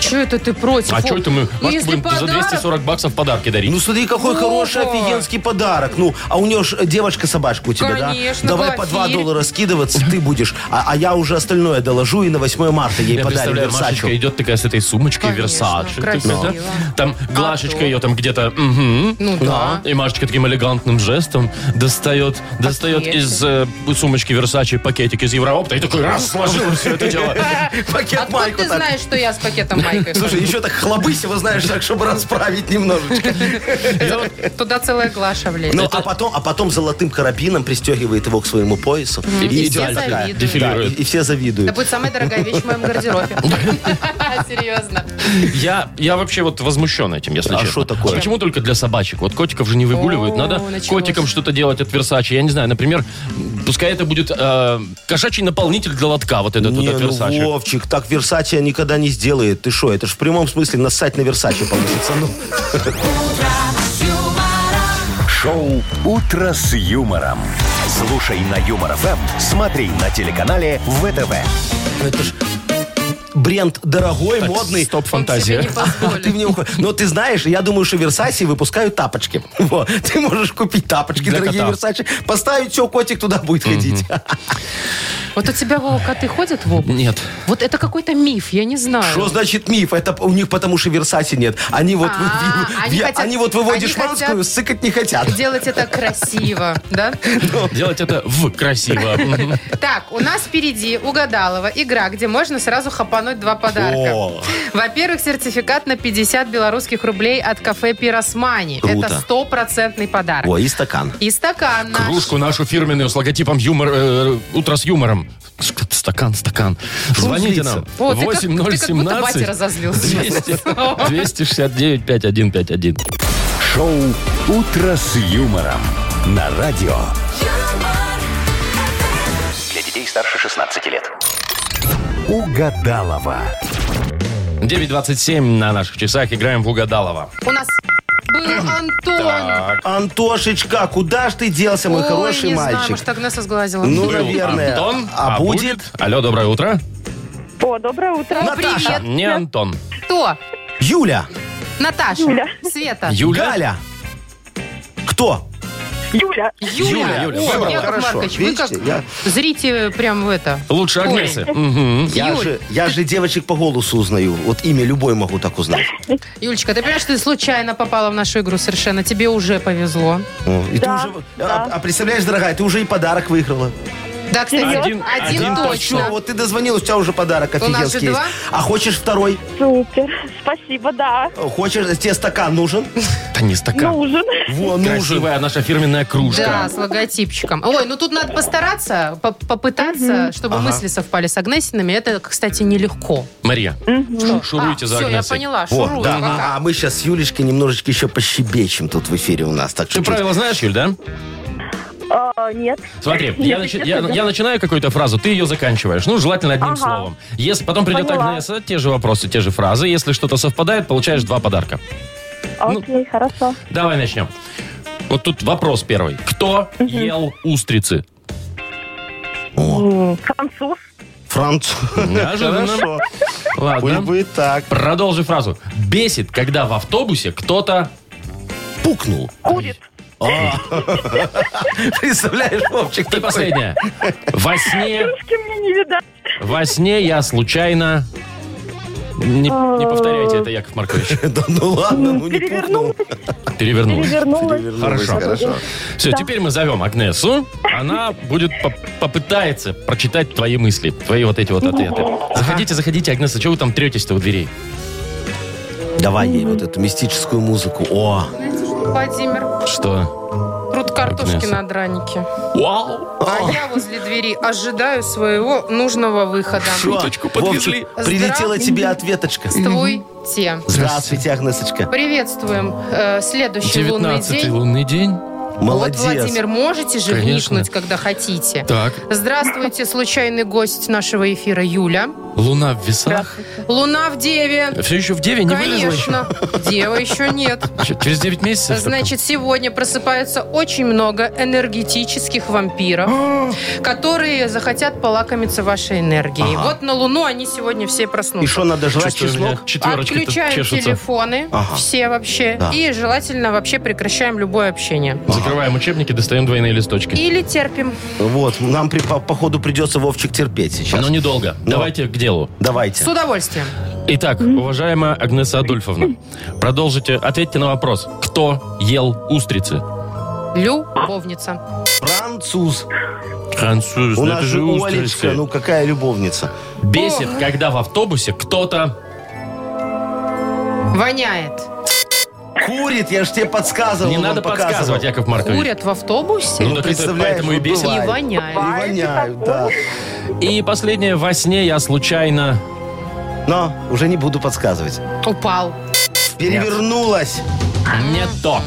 [SPEAKER 3] Че это ты против?
[SPEAKER 2] А
[SPEAKER 3] Вов?
[SPEAKER 2] что это мы?
[SPEAKER 3] Ну,
[SPEAKER 2] Машке
[SPEAKER 3] если
[SPEAKER 2] будем за
[SPEAKER 3] подарок,
[SPEAKER 2] 240 баксов подарки дарить.
[SPEAKER 4] Ну, смотри, какой
[SPEAKER 3] Вова.
[SPEAKER 4] хороший, офигенский подарок. Ну, а у нее ж девочка-собачка у тебя,
[SPEAKER 3] Конечно,
[SPEAKER 4] да? Давай по 2
[SPEAKER 3] Глафирь.
[SPEAKER 4] доллара скидываться, ты будешь. А, а я уже остальное доложу и на 8 марта ей
[SPEAKER 2] я
[SPEAKER 4] подарю
[SPEAKER 2] представляю, Машечка
[SPEAKER 4] Версачу.
[SPEAKER 2] идет такая с этой сумочкой
[SPEAKER 3] Конечно,
[SPEAKER 2] Версачи.
[SPEAKER 3] красиво.
[SPEAKER 2] Там Глашечка
[SPEAKER 3] то?
[SPEAKER 2] ее там где-то... мгм.
[SPEAKER 3] Ну да.
[SPEAKER 2] И Машечка таким элегантным жестом достает, достает
[SPEAKER 3] Пакетик.
[SPEAKER 2] из э, сумочки Версачи пакетик из Евроопта и такой раз сложил все это дело.
[SPEAKER 4] [LAUGHS] Пакет
[SPEAKER 3] Откуда
[SPEAKER 4] майку
[SPEAKER 3] ты
[SPEAKER 4] так.
[SPEAKER 3] знаешь, что я с пакетом
[SPEAKER 4] [LAUGHS]
[SPEAKER 3] майкой?
[SPEAKER 4] Слушай, еще так хлобысь его, знаешь, так, чтобы расправить немножечко.
[SPEAKER 3] Туда целая глаша влезет.
[SPEAKER 4] Ну, а потом, а потом золотым карабином пристегивает его к своему поясу.
[SPEAKER 2] И
[SPEAKER 3] И все
[SPEAKER 2] идеально
[SPEAKER 4] такая.
[SPEAKER 3] завидуют.
[SPEAKER 4] Да, и,
[SPEAKER 2] Дефилирует.
[SPEAKER 4] и все
[SPEAKER 3] Это
[SPEAKER 4] завидуют.
[SPEAKER 3] будет самая дорогая вещь в моем гардеробе. [LAUGHS] Серьезно.
[SPEAKER 2] Я, я вообще вот возмущен этим, если
[SPEAKER 4] А
[SPEAKER 2] честно.
[SPEAKER 4] что такое?
[SPEAKER 2] Почему только для собачек? Вот котиков же не выгуливают.
[SPEAKER 3] О,
[SPEAKER 2] Надо
[SPEAKER 3] началось.
[SPEAKER 2] котикам что-то делать от Версачи. Я не знаю, например, пускай это будет э, кошачий наполнитель для лотка, вот этот
[SPEAKER 4] Не,
[SPEAKER 2] вот от
[SPEAKER 4] ну,
[SPEAKER 2] Версачи.
[SPEAKER 4] Вовчик, так Версачи никогда не сделает. Ты что, это ж в прямом смысле нассать на Версачи получится. Ну,
[SPEAKER 1] Шоу «Утро с юмором». Слушай на Юмор ФМ, смотри на телеканале ВТВ.
[SPEAKER 4] это ж бренд дорогой, модный.
[SPEAKER 2] Стоп,
[SPEAKER 3] Он себе
[SPEAKER 2] фантазия.
[SPEAKER 3] не
[SPEAKER 4] А, ты
[SPEAKER 3] позволит.
[SPEAKER 4] мне уходишь. Но ты знаешь, я думаю, что Версачи выпускают тапочки. Вот. Ты можешь купить тапочки,
[SPEAKER 2] Для
[SPEAKER 4] дорогие
[SPEAKER 2] кота.
[SPEAKER 4] А Версачи, поставить все, котик туда будет ходить.
[SPEAKER 3] Вот у тебя, Вова, коты ходят в обувь?
[SPEAKER 2] Нет.
[SPEAKER 3] Вот это какой-то миф, я не знаю.
[SPEAKER 4] Что значит миф? Это у них потому что Версати нет. Они вот, вы-
[SPEAKER 3] А,
[SPEAKER 4] в-
[SPEAKER 3] они
[SPEAKER 4] я-
[SPEAKER 3] хотят-
[SPEAKER 4] они вот выводишь
[SPEAKER 3] они
[SPEAKER 4] манскую,
[SPEAKER 3] хотят-
[SPEAKER 4] сыкать не хотят.
[SPEAKER 3] Делать это красиво, да?
[SPEAKER 2] Делать это в
[SPEAKER 3] [LAUGHS]
[SPEAKER 2] красиво. Мгм.
[SPEAKER 3] Так, у нас впереди угадалова игра, где можно сразу хапануть два подарка.
[SPEAKER 4] О,
[SPEAKER 3] Во-первых, сертификат на 50 белорусских рублей от кафе Пиросмани.
[SPEAKER 4] Круто.
[SPEAKER 3] Это стопроцентный подарок.
[SPEAKER 4] О, и стакан.
[SPEAKER 3] И стакан наш.
[SPEAKER 2] Кружку нашу фирменную с логотипом юмор... э, Утро с юмором. Стакан, стакан. Звоните нам.
[SPEAKER 3] О, ты как- ты как, будто батя
[SPEAKER 2] 8017
[SPEAKER 3] разозлился.
[SPEAKER 2] 200 269 5151.
[SPEAKER 1] Шоу «Утро с юмором» на радио.
[SPEAKER 6] Для детей старше 16 лет.
[SPEAKER 1] Угадалова.
[SPEAKER 2] 9.27 на наших часах. Играем в Угадалова.
[SPEAKER 3] У нас был Антон.
[SPEAKER 4] Антошечка, куда ж ты делся, мой
[SPEAKER 3] Ой,
[SPEAKER 4] хороший
[SPEAKER 3] не знаю,
[SPEAKER 4] мальчик?
[SPEAKER 3] может, Агнеса сглазила.
[SPEAKER 4] Ну,
[SPEAKER 2] Был
[SPEAKER 4] наверное.
[SPEAKER 2] Антон,
[SPEAKER 4] А будет?
[SPEAKER 2] Алло, доброе утро.
[SPEAKER 7] О, доброе утро.
[SPEAKER 4] Наташа,
[SPEAKER 2] Не Антон.
[SPEAKER 3] Кто?
[SPEAKER 4] Юля,
[SPEAKER 3] Наташа.
[SPEAKER 7] Юля.
[SPEAKER 3] Света.
[SPEAKER 2] Юля.
[SPEAKER 4] Галя. Кто?
[SPEAKER 7] Юля.
[SPEAKER 2] Юля, Юля,
[SPEAKER 3] О,
[SPEAKER 2] выбрала.
[SPEAKER 3] Яков
[SPEAKER 4] Хорошо.
[SPEAKER 3] Маркович, вы
[SPEAKER 4] Видите,
[SPEAKER 3] как
[SPEAKER 4] я-
[SPEAKER 3] зрите прям в это.
[SPEAKER 2] Лучше Агнесы. Мгм.
[SPEAKER 4] Я
[SPEAKER 3] Юль.
[SPEAKER 4] же, я же девочек по голосу узнаю. Вот имя любой могу так узнать.
[SPEAKER 3] Юлечка, ты понимаешь, что ты случайно попала в нашу игру совершенно. Тебе уже повезло.
[SPEAKER 4] О, и ты
[SPEAKER 7] Да,
[SPEAKER 4] уже-
[SPEAKER 7] да.
[SPEAKER 4] а, а представляешь, дорогая, ты уже и подарок выиграла.
[SPEAKER 3] Да, кстати,
[SPEAKER 2] Один-
[SPEAKER 3] один,
[SPEAKER 2] один
[SPEAKER 4] Чё,
[SPEAKER 3] точно.
[SPEAKER 4] вот ты дозвонилась, у тебя уже подарок
[SPEAKER 3] У нас же
[SPEAKER 4] офигенский есть.
[SPEAKER 3] два.
[SPEAKER 4] А хочешь второй?
[SPEAKER 7] Супер. Спасибо, да.
[SPEAKER 4] Хочешь, э, тебе стакан
[SPEAKER 3] [LAUGHS]
[SPEAKER 4] нужен?
[SPEAKER 2] Да не стакан.
[SPEAKER 7] Нужен.
[SPEAKER 4] Во, нужен.
[SPEAKER 2] Красивая наша фирменная
[SPEAKER 3] Да,
[SPEAKER 2] кружка.
[SPEAKER 3] с логотипчиком. Ой, ну тут надо постараться, по- попытаться, чтобы мысли совпали с Агнесиными. Это, кстати, нелегко.
[SPEAKER 2] Мария,
[SPEAKER 3] Что?
[SPEAKER 2] шуруйте
[SPEAKER 3] а,
[SPEAKER 2] за
[SPEAKER 3] все, я
[SPEAKER 2] Агнесой.
[SPEAKER 3] поняла,
[SPEAKER 4] Во,
[SPEAKER 3] шурую.
[SPEAKER 4] да.
[SPEAKER 3] пока.
[SPEAKER 4] А, а мы сейчас с Юлечкой немножечко еще пощебечем тут в эфире у нас. Так
[SPEAKER 2] Ты
[SPEAKER 4] чуть-чуть.
[SPEAKER 2] правила знаешь, Юль, да?
[SPEAKER 7] А, нет.
[SPEAKER 2] Смотри, я, начи- я-
[SPEAKER 7] честно,
[SPEAKER 2] я начинаю какую-то фразу, ты ее заканчиваешь. Ну, желательно одним
[SPEAKER 7] Ага.
[SPEAKER 2] словом. Если потом придет
[SPEAKER 7] Поняла.
[SPEAKER 2] Агнеса, те же вопросы, те же фразы. Если что-то совпадает, получаешь два подарка.
[SPEAKER 7] Окей, хорошо.
[SPEAKER 2] Давай начнем. Вот тут вопрос первый. Кто ел устрицы?
[SPEAKER 7] Француз.
[SPEAKER 4] Франц.
[SPEAKER 2] Неожиданно.
[SPEAKER 4] [LAUGHS] Хорошо. Пусть
[SPEAKER 2] Ладно.
[SPEAKER 4] будет так.
[SPEAKER 2] Продолжи фразу. Бесит, когда в автобусе кто-то...
[SPEAKER 4] Пукнул.
[SPEAKER 7] Курит.
[SPEAKER 2] А.
[SPEAKER 4] [LAUGHS] Представляешь, Вовчик,
[SPEAKER 2] И
[SPEAKER 4] такой.
[SPEAKER 2] последняя. Во сне...
[SPEAKER 7] Кем мне не видать.
[SPEAKER 2] Во сне я случайно... Не, не повторяйте это, Яков Маркович.
[SPEAKER 4] Да ну ладно, ну не пукнул.
[SPEAKER 7] Перевернулась.
[SPEAKER 2] Перевернулась.
[SPEAKER 7] Перевернулась.
[SPEAKER 4] Перевернулась,
[SPEAKER 2] Хорошо. Все, теперь мы зовем Агнесу. Она будет по- попытается прочитать твои мысли, твои вот эти вот ответы. Заходите, заходите, Агнеса, чего вы там третесь-то у дверей?
[SPEAKER 4] Давай ей вот эту мистическую музыку. О,
[SPEAKER 3] Знаете что, Владимир,
[SPEAKER 2] Что?
[SPEAKER 3] пруд картошки
[SPEAKER 2] Агнеса.
[SPEAKER 3] на дранике.
[SPEAKER 2] Вау!
[SPEAKER 3] А я возле двери ожидаю своего нужного выхода.
[SPEAKER 2] Шуточку подвезли.
[SPEAKER 4] Вовчик, прилетела тебе ответочка.
[SPEAKER 3] Здравствуйте.
[SPEAKER 4] Здравствуйте, Агнесочка.
[SPEAKER 3] Приветствуем э, следующий лунный
[SPEAKER 2] 19
[SPEAKER 3] день.
[SPEAKER 2] лунный день.
[SPEAKER 4] Молодец.
[SPEAKER 3] Вот, Владимир, можете же
[SPEAKER 2] Конечно.
[SPEAKER 3] вникнуть, когда хотите.
[SPEAKER 2] Так,
[SPEAKER 3] Здравствуйте, случайный гость нашего эфира Юля.
[SPEAKER 2] луна в весах.
[SPEAKER 3] Луна в Деве.
[SPEAKER 2] Все еще в 9 не вылезла? еще?
[SPEAKER 3] Конечно. Дева еще нет.
[SPEAKER 2] Че, Через 9 месяцев?
[SPEAKER 3] Значит, сегодня просыпается очень много энергетических вампиров,
[SPEAKER 4] [GASPS]
[SPEAKER 3] которые захотят полакомиться вашей энергией. Вот на Луну они сегодня все
[SPEAKER 4] И
[SPEAKER 3] проснутся.
[SPEAKER 4] что, надо жрать
[SPEAKER 2] Чувствую, у меня
[SPEAKER 4] чеснок?
[SPEAKER 2] четверочки
[SPEAKER 3] Отключаем
[SPEAKER 2] чешутся.
[SPEAKER 3] телефоны,
[SPEAKER 4] Ага.
[SPEAKER 3] все вообще,
[SPEAKER 4] Да.
[SPEAKER 3] и желательно вообще прекращаем любое общение.
[SPEAKER 2] Закрываем учебники, достаем двойные листочки.
[SPEAKER 3] Или терпим.
[SPEAKER 4] Вот, нам при- по- походу придется, Вовчик, терпеть сейчас.
[SPEAKER 2] Но недолго.
[SPEAKER 4] Но.
[SPEAKER 2] Давайте к делу.
[SPEAKER 4] Давайте.
[SPEAKER 3] С удовольствием.
[SPEAKER 2] Итак, уважаемая Агнеса Адольфовна, продолжите, ответьте на вопрос, кто ел устрицы?
[SPEAKER 3] Любовница.
[SPEAKER 4] Француз.
[SPEAKER 2] Француз,
[SPEAKER 4] У нас ну, же Олечка, ну какая любовница.
[SPEAKER 2] Бесит, когда в автобусе кто-то...
[SPEAKER 3] Воняет.
[SPEAKER 4] Курит, я же тебе подсказывал.
[SPEAKER 2] Не
[SPEAKER 4] Ну, он
[SPEAKER 2] надо
[SPEAKER 4] показывал.
[SPEAKER 2] подсказывать, Яков Маркович.
[SPEAKER 3] Курят в автобусе?
[SPEAKER 2] Ну так это
[SPEAKER 4] представляешь,
[SPEAKER 2] поэтому и
[SPEAKER 4] вот
[SPEAKER 2] бесит.
[SPEAKER 3] Не
[SPEAKER 4] бывает.
[SPEAKER 3] воняет.
[SPEAKER 4] И воняют, да.
[SPEAKER 2] И последнее, во сне я случайно...
[SPEAKER 4] Но уже не буду подсказывать.
[SPEAKER 3] Упал.
[SPEAKER 4] Перевернулась.
[SPEAKER 2] Не то.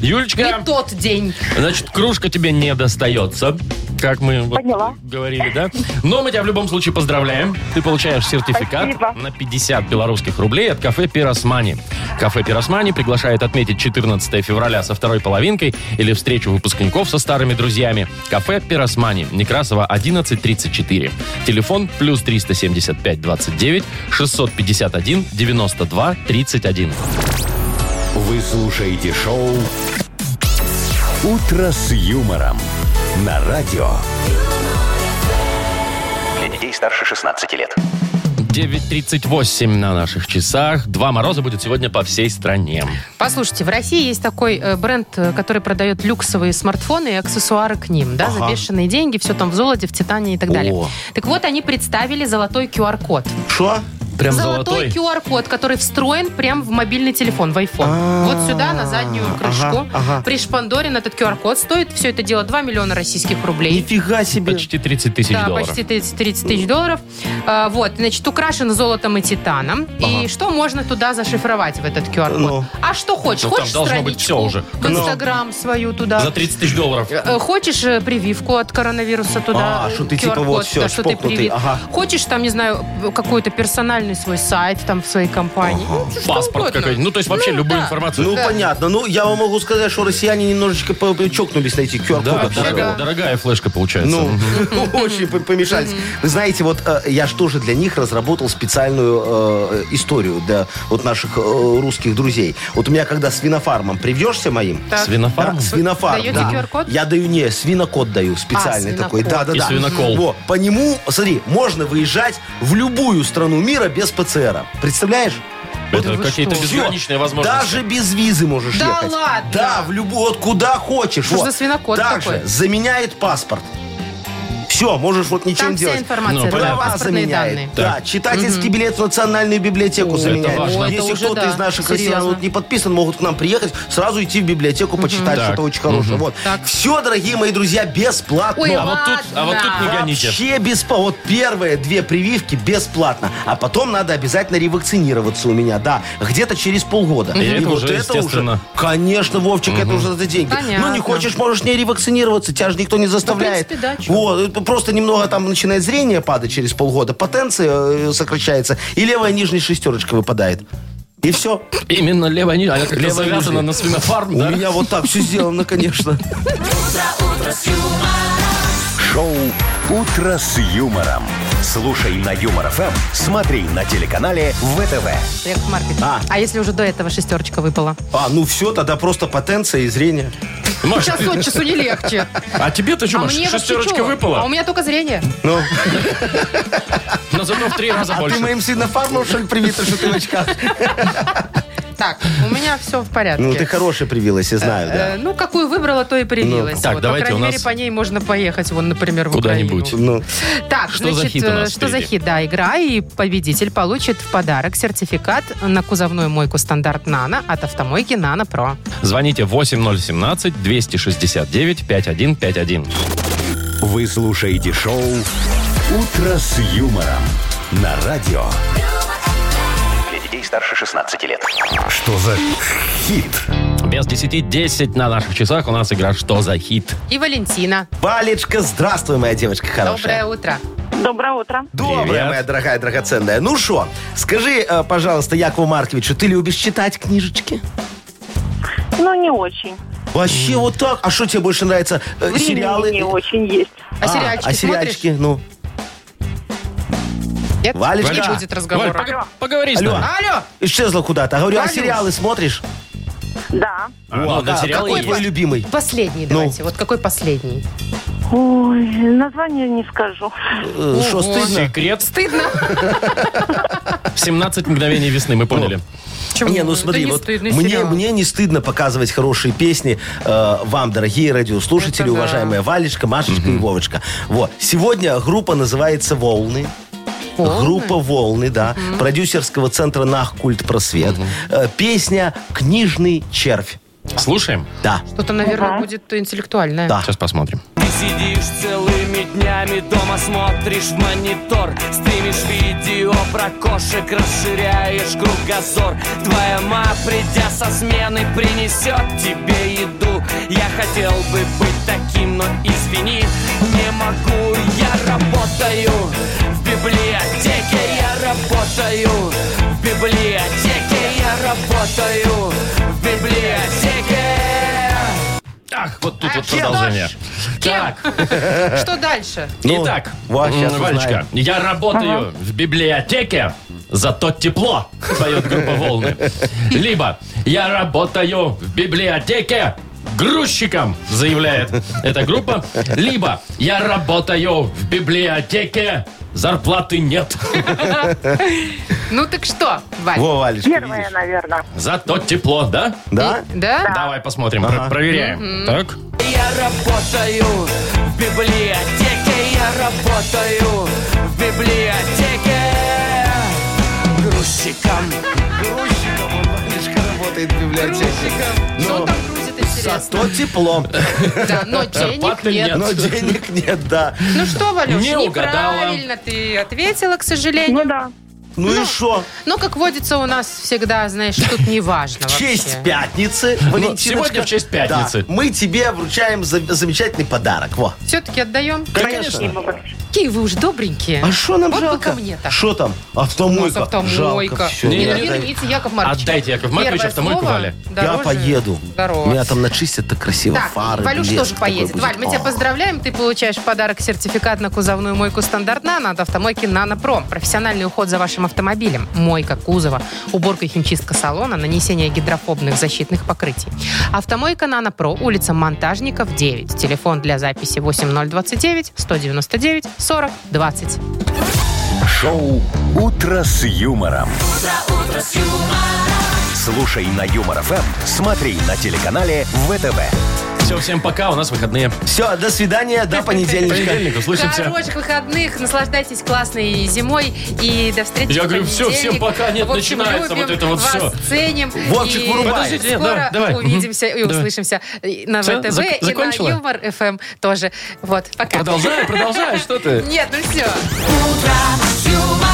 [SPEAKER 2] Юлечка,
[SPEAKER 3] Не тот день.
[SPEAKER 2] значит, кружка тебе не достается, как мы вот
[SPEAKER 7] Поняла.
[SPEAKER 2] говорили, да? Но мы тебя в любом случае поздравляем. Ты получаешь сертификат
[SPEAKER 7] Спасибо.
[SPEAKER 2] на 50 белорусских рублей от кафе «Пиросмани». Кафе «Пиросмани» приглашает отметить 14 февраля со второй половинкой или встречу выпускников со старыми друзьями. Кафе «Пиросмани», Некрасова, 1134. Телефон плюс 375 29 651 92 31.
[SPEAKER 1] Вы слушаете шоу «Утро с юмором» на радио.
[SPEAKER 6] старше 16 лет.
[SPEAKER 2] 9.38 на наших часах. Два мороза будет сегодня по всей стране.
[SPEAKER 3] Послушайте, в России есть такой э, бренд, э, который продает люксовые смартфоны и аксессуары к ним, да, за
[SPEAKER 4] Ага.
[SPEAKER 3] бешеные деньги, все там в золоте, в титане и так далее.
[SPEAKER 4] О.
[SPEAKER 3] Так вот, они представили золотой QR-код.
[SPEAKER 4] Что?
[SPEAKER 2] Прям
[SPEAKER 3] золотой,
[SPEAKER 2] золотой.
[SPEAKER 3] QR-код, который встроен прям в мобильный телефон, в iPhone.
[SPEAKER 4] А,
[SPEAKER 3] Вот сюда, на заднюю
[SPEAKER 4] ага,
[SPEAKER 3] крышку.
[SPEAKER 4] ага.
[SPEAKER 3] Пришпандорен этот QR-код. Стоит все это дело 2 миллиона российских рублей.
[SPEAKER 4] Нифига себе.
[SPEAKER 2] Почти 30 тысяч
[SPEAKER 3] Да,
[SPEAKER 2] долларов.
[SPEAKER 3] почти 30, 30 тысяч долларов. А, вот, значит, украшен золотом и титаном. И что можно туда зашифровать в этот QR-код?
[SPEAKER 4] Ну.
[SPEAKER 3] А что хочешь?
[SPEAKER 2] Ну, там
[SPEAKER 3] хочешь
[SPEAKER 2] должно быть
[SPEAKER 3] страничку
[SPEAKER 2] всё уже.
[SPEAKER 3] в Инстаграм свою туда?
[SPEAKER 2] За 30 тысяч долларов.
[SPEAKER 3] Э, Хочешь э, прививку от коронавируса туда?
[SPEAKER 4] А,
[SPEAKER 3] э,
[SPEAKER 4] что ты типа
[SPEAKER 3] QR-код,
[SPEAKER 4] вот всё,
[SPEAKER 3] да, что ты
[SPEAKER 4] чпокнутый,
[SPEAKER 3] привит.
[SPEAKER 4] ага.
[SPEAKER 3] Хочешь там, не знаю, какой-то персональный свой сайт там в своей компании? Ну, что
[SPEAKER 2] Паспорт
[SPEAKER 3] угодно.
[SPEAKER 2] какой-нибудь. Ну, то есть вообще
[SPEAKER 3] Ну,
[SPEAKER 2] любую
[SPEAKER 3] да.
[SPEAKER 2] информацию.
[SPEAKER 4] Ну, понятно. Ну, я вам могу сказать, что россияне немножечко по- чокнулись на эти QR-коды.
[SPEAKER 2] Да,
[SPEAKER 4] Потому
[SPEAKER 2] дорогая,
[SPEAKER 3] да.
[SPEAKER 2] дорогая флешка получается.
[SPEAKER 4] Ну, [LAUGHS] очень по- помешались. Вы знаете, вот э, я же тоже для них разработал специальную э, историю для вот наших э, русских друзей. Вот у меня когда с винофармом привьешься моим...
[SPEAKER 3] Так.
[SPEAKER 2] Свинофарм?
[SPEAKER 4] Да, свинофарм,
[SPEAKER 3] Даете
[SPEAKER 4] да.
[SPEAKER 3] QR-код?
[SPEAKER 4] Я даю, не, свинокод даю, специальный
[SPEAKER 3] А,
[SPEAKER 4] такой. Да,
[SPEAKER 3] свинокод.
[SPEAKER 4] да,
[SPEAKER 2] И
[SPEAKER 4] да.
[SPEAKER 2] свинокол.
[SPEAKER 4] Во, по нему, смотри, можно выезжать в любую страну мира без ПЦРа. Представляешь?
[SPEAKER 2] Это
[SPEAKER 3] вы
[SPEAKER 2] какие-то
[SPEAKER 3] что?
[SPEAKER 2] безграничные возможности.
[SPEAKER 4] Даже без визы можешь
[SPEAKER 3] Да
[SPEAKER 4] ехать.
[SPEAKER 3] ладно?
[SPEAKER 4] Да, в любую, вот куда хочешь.
[SPEAKER 3] Что ж
[SPEAKER 4] вот.
[SPEAKER 3] за свинокод
[SPEAKER 4] Также
[SPEAKER 3] такой?
[SPEAKER 4] заменяет паспорт. Все, можешь вот ничем
[SPEAKER 3] Там вся
[SPEAKER 4] делать.
[SPEAKER 3] информация,
[SPEAKER 2] Ну,
[SPEAKER 3] да,
[SPEAKER 2] понятно.
[SPEAKER 3] паспортные
[SPEAKER 4] заменяет.
[SPEAKER 3] данные.
[SPEAKER 4] Да, читательский билет в Национальную библиотеку
[SPEAKER 3] О,
[SPEAKER 4] заменяет.
[SPEAKER 2] это важно.
[SPEAKER 3] О, Ну, это
[SPEAKER 4] Если
[SPEAKER 3] уже
[SPEAKER 4] кто-то
[SPEAKER 3] да,
[SPEAKER 4] из наших россиян
[SPEAKER 3] серьезно.
[SPEAKER 4] вот не подписан, могут к нам приехать, сразу идти в библиотеку, почитать
[SPEAKER 2] Так.
[SPEAKER 4] что-то очень хорошее. Вот.
[SPEAKER 3] Так.
[SPEAKER 4] Все, дорогие мои друзья, бесплатно.
[SPEAKER 3] Ой,
[SPEAKER 2] А вот тут, а вот тут не
[SPEAKER 3] Ладно.
[SPEAKER 2] гоните.
[SPEAKER 4] Вообще бесплатно. Вот первые две прививки бесплатно. А потом надо обязательно ревакцинироваться у меня, да. Где-то через полгода.
[SPEAKER 2] И это уже, естественно.
[SPEAKER 4] Конечно, Вовчик, это уже за деньги.
[SPEAKER 3] Понятно. Ну,
[SPEAKER 4] Ну, не хочешь, можешь не ревакцинироваться. Тебя же никто не заставляет.
[SPEAKER 3] принципе, да, чё?
[SPEAKER 4] вот, это просто немного там начинает зрение падать через полгода. Потенция э, сокращается. И левая нижняя шестерочка выпадает. И все.
[SPEAKER 2] Именно левая нижняя. Она как-то
[SPEAKER 4] Левая
[SPEAKER 2] завязана
[SPEAKER 4] нижняя.
[SPEAKER 2] на свинофарм,
[SPEAKER 4] У
[SPEAKER 2] да?
[SPEAKER 4] меня вот так все сделано, конечно.
[SPEAKER 1] Шоу «Утро с юмором». Слушай на Юмор ФМ, смотри на телеканале ВТВ.
[SPEAKER 3] Яков Маркович,
[SPEAKER 4] А.
[SPEAKER 3] А если уже до этого шестерочка
[SPEAKER 2] [LAUGHS]
[SPEAKER 3] выпала?
[SPEAKER 4] А, ну все, тогда просто потенция и зрение.
[SPEAKER 2] Маш,
[SPEAKER 3] Сейчас от часу не легче.
[SPEAKER 2] а тебе-то что,
[SPEAKER 3] А
[SPEAKER 2] Маш,
[SPEAKER 3] мне вообще
[SPEAKER 2] шестерочка
[SPEAKER 3] чё? А у
[SPEAKER 2] выпала?
[SPEAKER 3] меня только зрение.
[SPEAKER 4] Ну.
[SPEAKER 2] Но зато в три раза
[SPEAKER 4] А ты
[SPEAKER 2] больше.
[SPEAKER 4] моим свинофармом, что ли, привита, что ты в очках?
[SPEAKER 3] Так, у меня все в порядке.
[SPEAKER 4] Ну, ты хороший привилась, я знаю,
[SPEAKER 3] Э,
[SPEAKER 4] да.
[SPEAKER 3] Ну, какую выбрала, то и привилась.
[SPEAKER 2] Ну, так,
[SPEAKER 3] Вот,
[SPEAKER 2] давайте
[SPEAKER 3] По крайней
[SPEAKER 2] у нас-
[SPEAKER 3] мере, по ней можно поехать, вон, например, в
[SPEAKER 2] Куда-нибудь.
[SPEAKER 3] Украину.
[SPEAKER 4] Ну,
[SPEAKER 3] Так,
[SPEAKER 2] Что за
[SPEAKER 3] значит,
[SPEAKER 2] хит у нас
[SPEAKER 3] э, что за
[SPEAKER 2] впереди?
[SPEAKER 3] хит? Да, игра, и победитель получит в подарок сертификат на кузовную мойку стандарт «Нано» от автомойки «Нано Про».
[SPEAKER 2] Звоните 8017-269-5151.
[SPEAKER 1] Вы слушаете шоу «Утро с юмором» на радио.
[SPEAKER 6] Для детей старше 16 лет.
[SPEAKER 1] Что за хит?
[SPEAKER 2] Без 10-10 на наших часах у нас игра «Что за хит?».
[SPEAKER 3] И Валентина.
[SPEAKER 4] Валечка, здравствуй, моя девочка хорошая.
[SPEAKER 3] Доброе утро.
[SPEAKER 7] Доброе утро.
[SPEAKER 2] Привет.
[SPEAKER 4] моя дорогая, драгоценная. Ну что, скажи, э, пожалуйста, Якову Марковичу, ты любишь читать книжечки?
[SPEAKER 7] Ну, не очень.
[SPEAKER 4] Вообще вот так? А что тебе больше нравится? Э,
[SPEAKER 7] Времени
[SPEAKER 4] Сериалы?
[SPEAKER 7] не очень есть.
[SPEAKER 3] А сериальчики
[SPEAKER 4] а сериальчики, ну.
[SPEAKER 3] Нет?
[SPEAKER 4] Валечка.
[SPEAKER 3] Не будет разговора.
[SPEAKER 2] Валь, пог- поговори с
[SPEAKER 4] Алло.
[SPEAKER 2] нами.
[SPEAKER 3] Алло!
[SPEAKER 4] Исчезла куда-то. А Говорю, а
[SPEAKER 3] Валюш.
[SPEAKER 4] сериалы смотришь?
[SPEAKER 7] Да.
[SPEAKER 2] А, ну,
[SPEAKER 4] О,
[SPEAKER 2] да,
[SPEAKER 4] а
[SPEAKER 2] сериалы
[SPEAKER 4] какой
[SPEAKER 2] есть.
[SPEAKER 4] твой любимый?
[SPEAKER 3] Последний
[SPEAKER 4] Ну.
[SPEAKER 3] давайте. Вот какой последний?
[SPEAKER 7] Ой, название не скажу.
[SPEAKER 4] Э, Что, стыдно?
[SPEAKER 2] Секрет
[SPEAKER 3] Стыдно?
[SPEAKER 2] 17 мгновений весны, мы поняли.
[SPEAKER 3] Почему?
[SPEAKER 4] Не, ну
[SPEAKER 3] Это
[SPEAKER 4] смотри,
[SPEAKER 3] не
[SPEAKER 4] вот
[SPEAKER 3] стыдный
[SPEAKER 4] мне,
[SPEAKER 3] сериал.
[SPEAKER 4] мне не стыдно показывать хорошие песни э, вам, дорогие радиослушатели,
[SPEAKER 3] Это да.
[SPEAKER 4] уважаемые Валечка, Машечка и Вовочка. Вот. Сегодня группа называется «Волны».
[SPEAKER 3] Волны?
[SPEAKER 4] Группа «Волны», да. Продюсерского центра «Нах Культ Просвет». Э, песня «Книжный червь».
[SPEAKER 2] Слушаем?
[SPEAKER 4] Да.
[SPEAKER 3] Что-то, наверное, будет интеллектуальное.
[SPEAKER 9] А.
[SPEAKER 4] Да.
[SPEAKER 2] Сейчас посмотрим.
[SPEAKER 9] Ты сидишь целыми днями дома, смотришь в монитор Стримишь видео про кошек, расширяешь кругозор Твоя ма, придя со смены, принесет тебе еду Я хотел бы быть таким, но извини, не могу Я работаю в библиотеке, я работаю в библиотеке Я работаю в библиотеке
[SPEAKER 2] Ах, вот тут
[SPEAKER 3] А
[SPEAKER 2] вот
[SPEAKER 3] что ж?
[SPEAKER 2] продолжение.
[SPEAKER 3] Кем? Что дальше?
[SPEAKER 4] Ну,
[SPEAKER 2] Итак,
[SPEAKER 4] вот щас
[SPEAKER 2] м, Валечка,
[SPEAKER 4] узнаем.
[SPEAKER 2] я работаю в библиотеке, зато тепло, поет группа «Волны». Либо я работаю в библиотеке, грузчиком, заявляет эта группа. Либо я работаю в библиотеке Зарплаты нет,
[SPEAKER 3] Ну так что, Валь?
[SPEAKER 4] Во, Валечка,
[SPEAKER 7] Первая,
[SPEAKER 4] видишь?
[SPEAKER 7] наверное.
[SPEAKER 2] зато тепло, да?
[SPEAKER 4] Да?
[SPEAKER 3] Да?
[SPEAKER 2] Давай посмотрим, про- проверяем. Так?
[SPEAKER 9] Я работаю в библиотеке, я работаю в библиотеке. Грузчиком.
[SPEAKER 4] Грузчиком он, Валечка, работает в библиотеке.
[SPEAKER 3] Что
[SPEAKER 4] Ну,
[SPEAKER 3] там грузит, интересно?
[SPEAKER 4] зато
[SPEAKER 2] [LAUGHS]
[SPEAKER 4] тепло.
[SPEAKER 3] Да, но денег
[SPEAKER 2] Зарплаты нет.
[SPEAKER 3] нет.
[SPEAKER 4] Но денег нет, да.
[SPEAKER 3] Ну что, Валюш,
[SPEAKER 2] Не угадала.
[SPEAKER 3] неправильно ты ответила, к сожалению.
[SPEAKER 7] Ну да.
[SPEAKER 4] Ну и шо?
[SPEAKER 3] Ну, как водится у нас всегда, знаешь, тут не
[SPEAKER 2] [LAUGHS]
[SPEAKER 3] важно
[SPEAKER 4] В честь
[SPEAKER 3] А вообще.
[SPEAKER 4] пятницы, Валентиночка,
[SPEAKER 2] Ну, сегодня в честь пятницы.
[SPEAKER 4] да, мы тебе вручаем за- замечательный подарок. Во.
[SPEAKER 3] Все-таки отдаем.
[SPEAKER 4] Конечно.
[SPEAKER 3] Какие вы уж добренькие.
[SPEAKER 4] А что нам
[SPEAKER 3] вот
[SPEAKER 4] жалко?
[SPEAKER 3] бы ко мне-то.
[SPEAKER 4] Что там? Автомойка.
[SPEAKER 3] Ну, автомойка.
[SPEAKER 4] Жалко, всё,
[SPEAKER 3] Не,
[SPEAKER 2] Не-не-не.
[SPEAKER 3] ну,
[SPEAKER 4] отдай.
[SPEAKER 3] извините, Яков Маркович.
[SPEAKER 2] Отдайте, Яков Маркович,
[SPEAKER 3] Первое
[SPEAKER 2] автомойку
[SPEAKER 3] слово
[SPEAKER 2] Вале.
[SPEAKER 4] Я
[SPEAKER 3] дороже
[SPEAKER 4] поеду.
[SPEAKER 3] здорово.
[SPEAKER 4] Меня там начистят так красиво.
[SPEAKER 3] Так,
[SPEAKER 4] Фары,
[SPEAKER 3] Валюш
[SPEAKER 4] блеск
[SPEAKER 3] тоже
[SPEAKER 4] такой
[SPEAKER 3] поедет.
[SPEAKER 4] будет.
[SPEAKER 3] Валь, мы тебя
[SPEAKER 4] О.
[SPEAKER 3] поздравляем. Ты получаешь в подарок сертификат на кузовную мойку «Стандарт Нано» от автомойки «Нано Пром». Профессиональный уход за вашим автомобилем. Мойка кузова, уборка и химчистка салона, нанесение гидрофобных защитных покрытий. Автомойка «Нано Про», улица Монтажников, 9. Телефон для записи 8029 199 40 20.
[SPEAKER 1] Шоу «Утро с юмором». Слушай на Юмор ФМ, смотри на телеканале ВТВ.
[SPEAKER 2] Все, всем пока, у нас выходные.
[SPEAKER 4] Все, до свидания,
[SPEAKER 3] [LAUGHS]
[SPEAKER 4] до понедельничка.
[SPEAKER 2] Понедельник, услышимся.
[SPEAKER 3] Хороших выходных, наслаждайтесь классной зимой и до встречи
[SPEAKER 2] Я
[SPEAKER 3] в
[SPEAKER 2] говорю, всё,
[SPEAKER 3] понедельник.
[SPEAKER 2] всем пока, нет,
[SPEAKER 3] В общем,
[SPEAKER 2] начинается
[SPEAKER 3] любим,
[SPEAKER 2] вот это вот
[SPEAKER 3] вас
[SPEAKER 2] всё.
[SPEAKER 3] ценим.
[SPEAKER 4] Вовчик,
[SPEAKER 3] и
[SPEAKER 4] вырубай.
[SPEAKER 2] Подождите, нет,
[SPEAKER 3] скоро
[SPEAKER 2] да, давай, мгм.
[SPEAKER 3] увидимся и
[SPEAKER 2] Давай.
[SPEAKER 3] услышимся и на
[SPEAKER 2] Всё,
[SPEAKER 3] ВТВ
[SPEAKER 2] зак-
[SPEAKER 3] и
[SPEAKER 2] закончила?
[SPEAKER 3] на Юмор ФМ тоже. Вот, пока.
[SPEAKER 2] Продолжай, продолжай, что ты?
[SPEAKER 3] Нет, ну все.
[SPEAKER 9] Утро с юмором.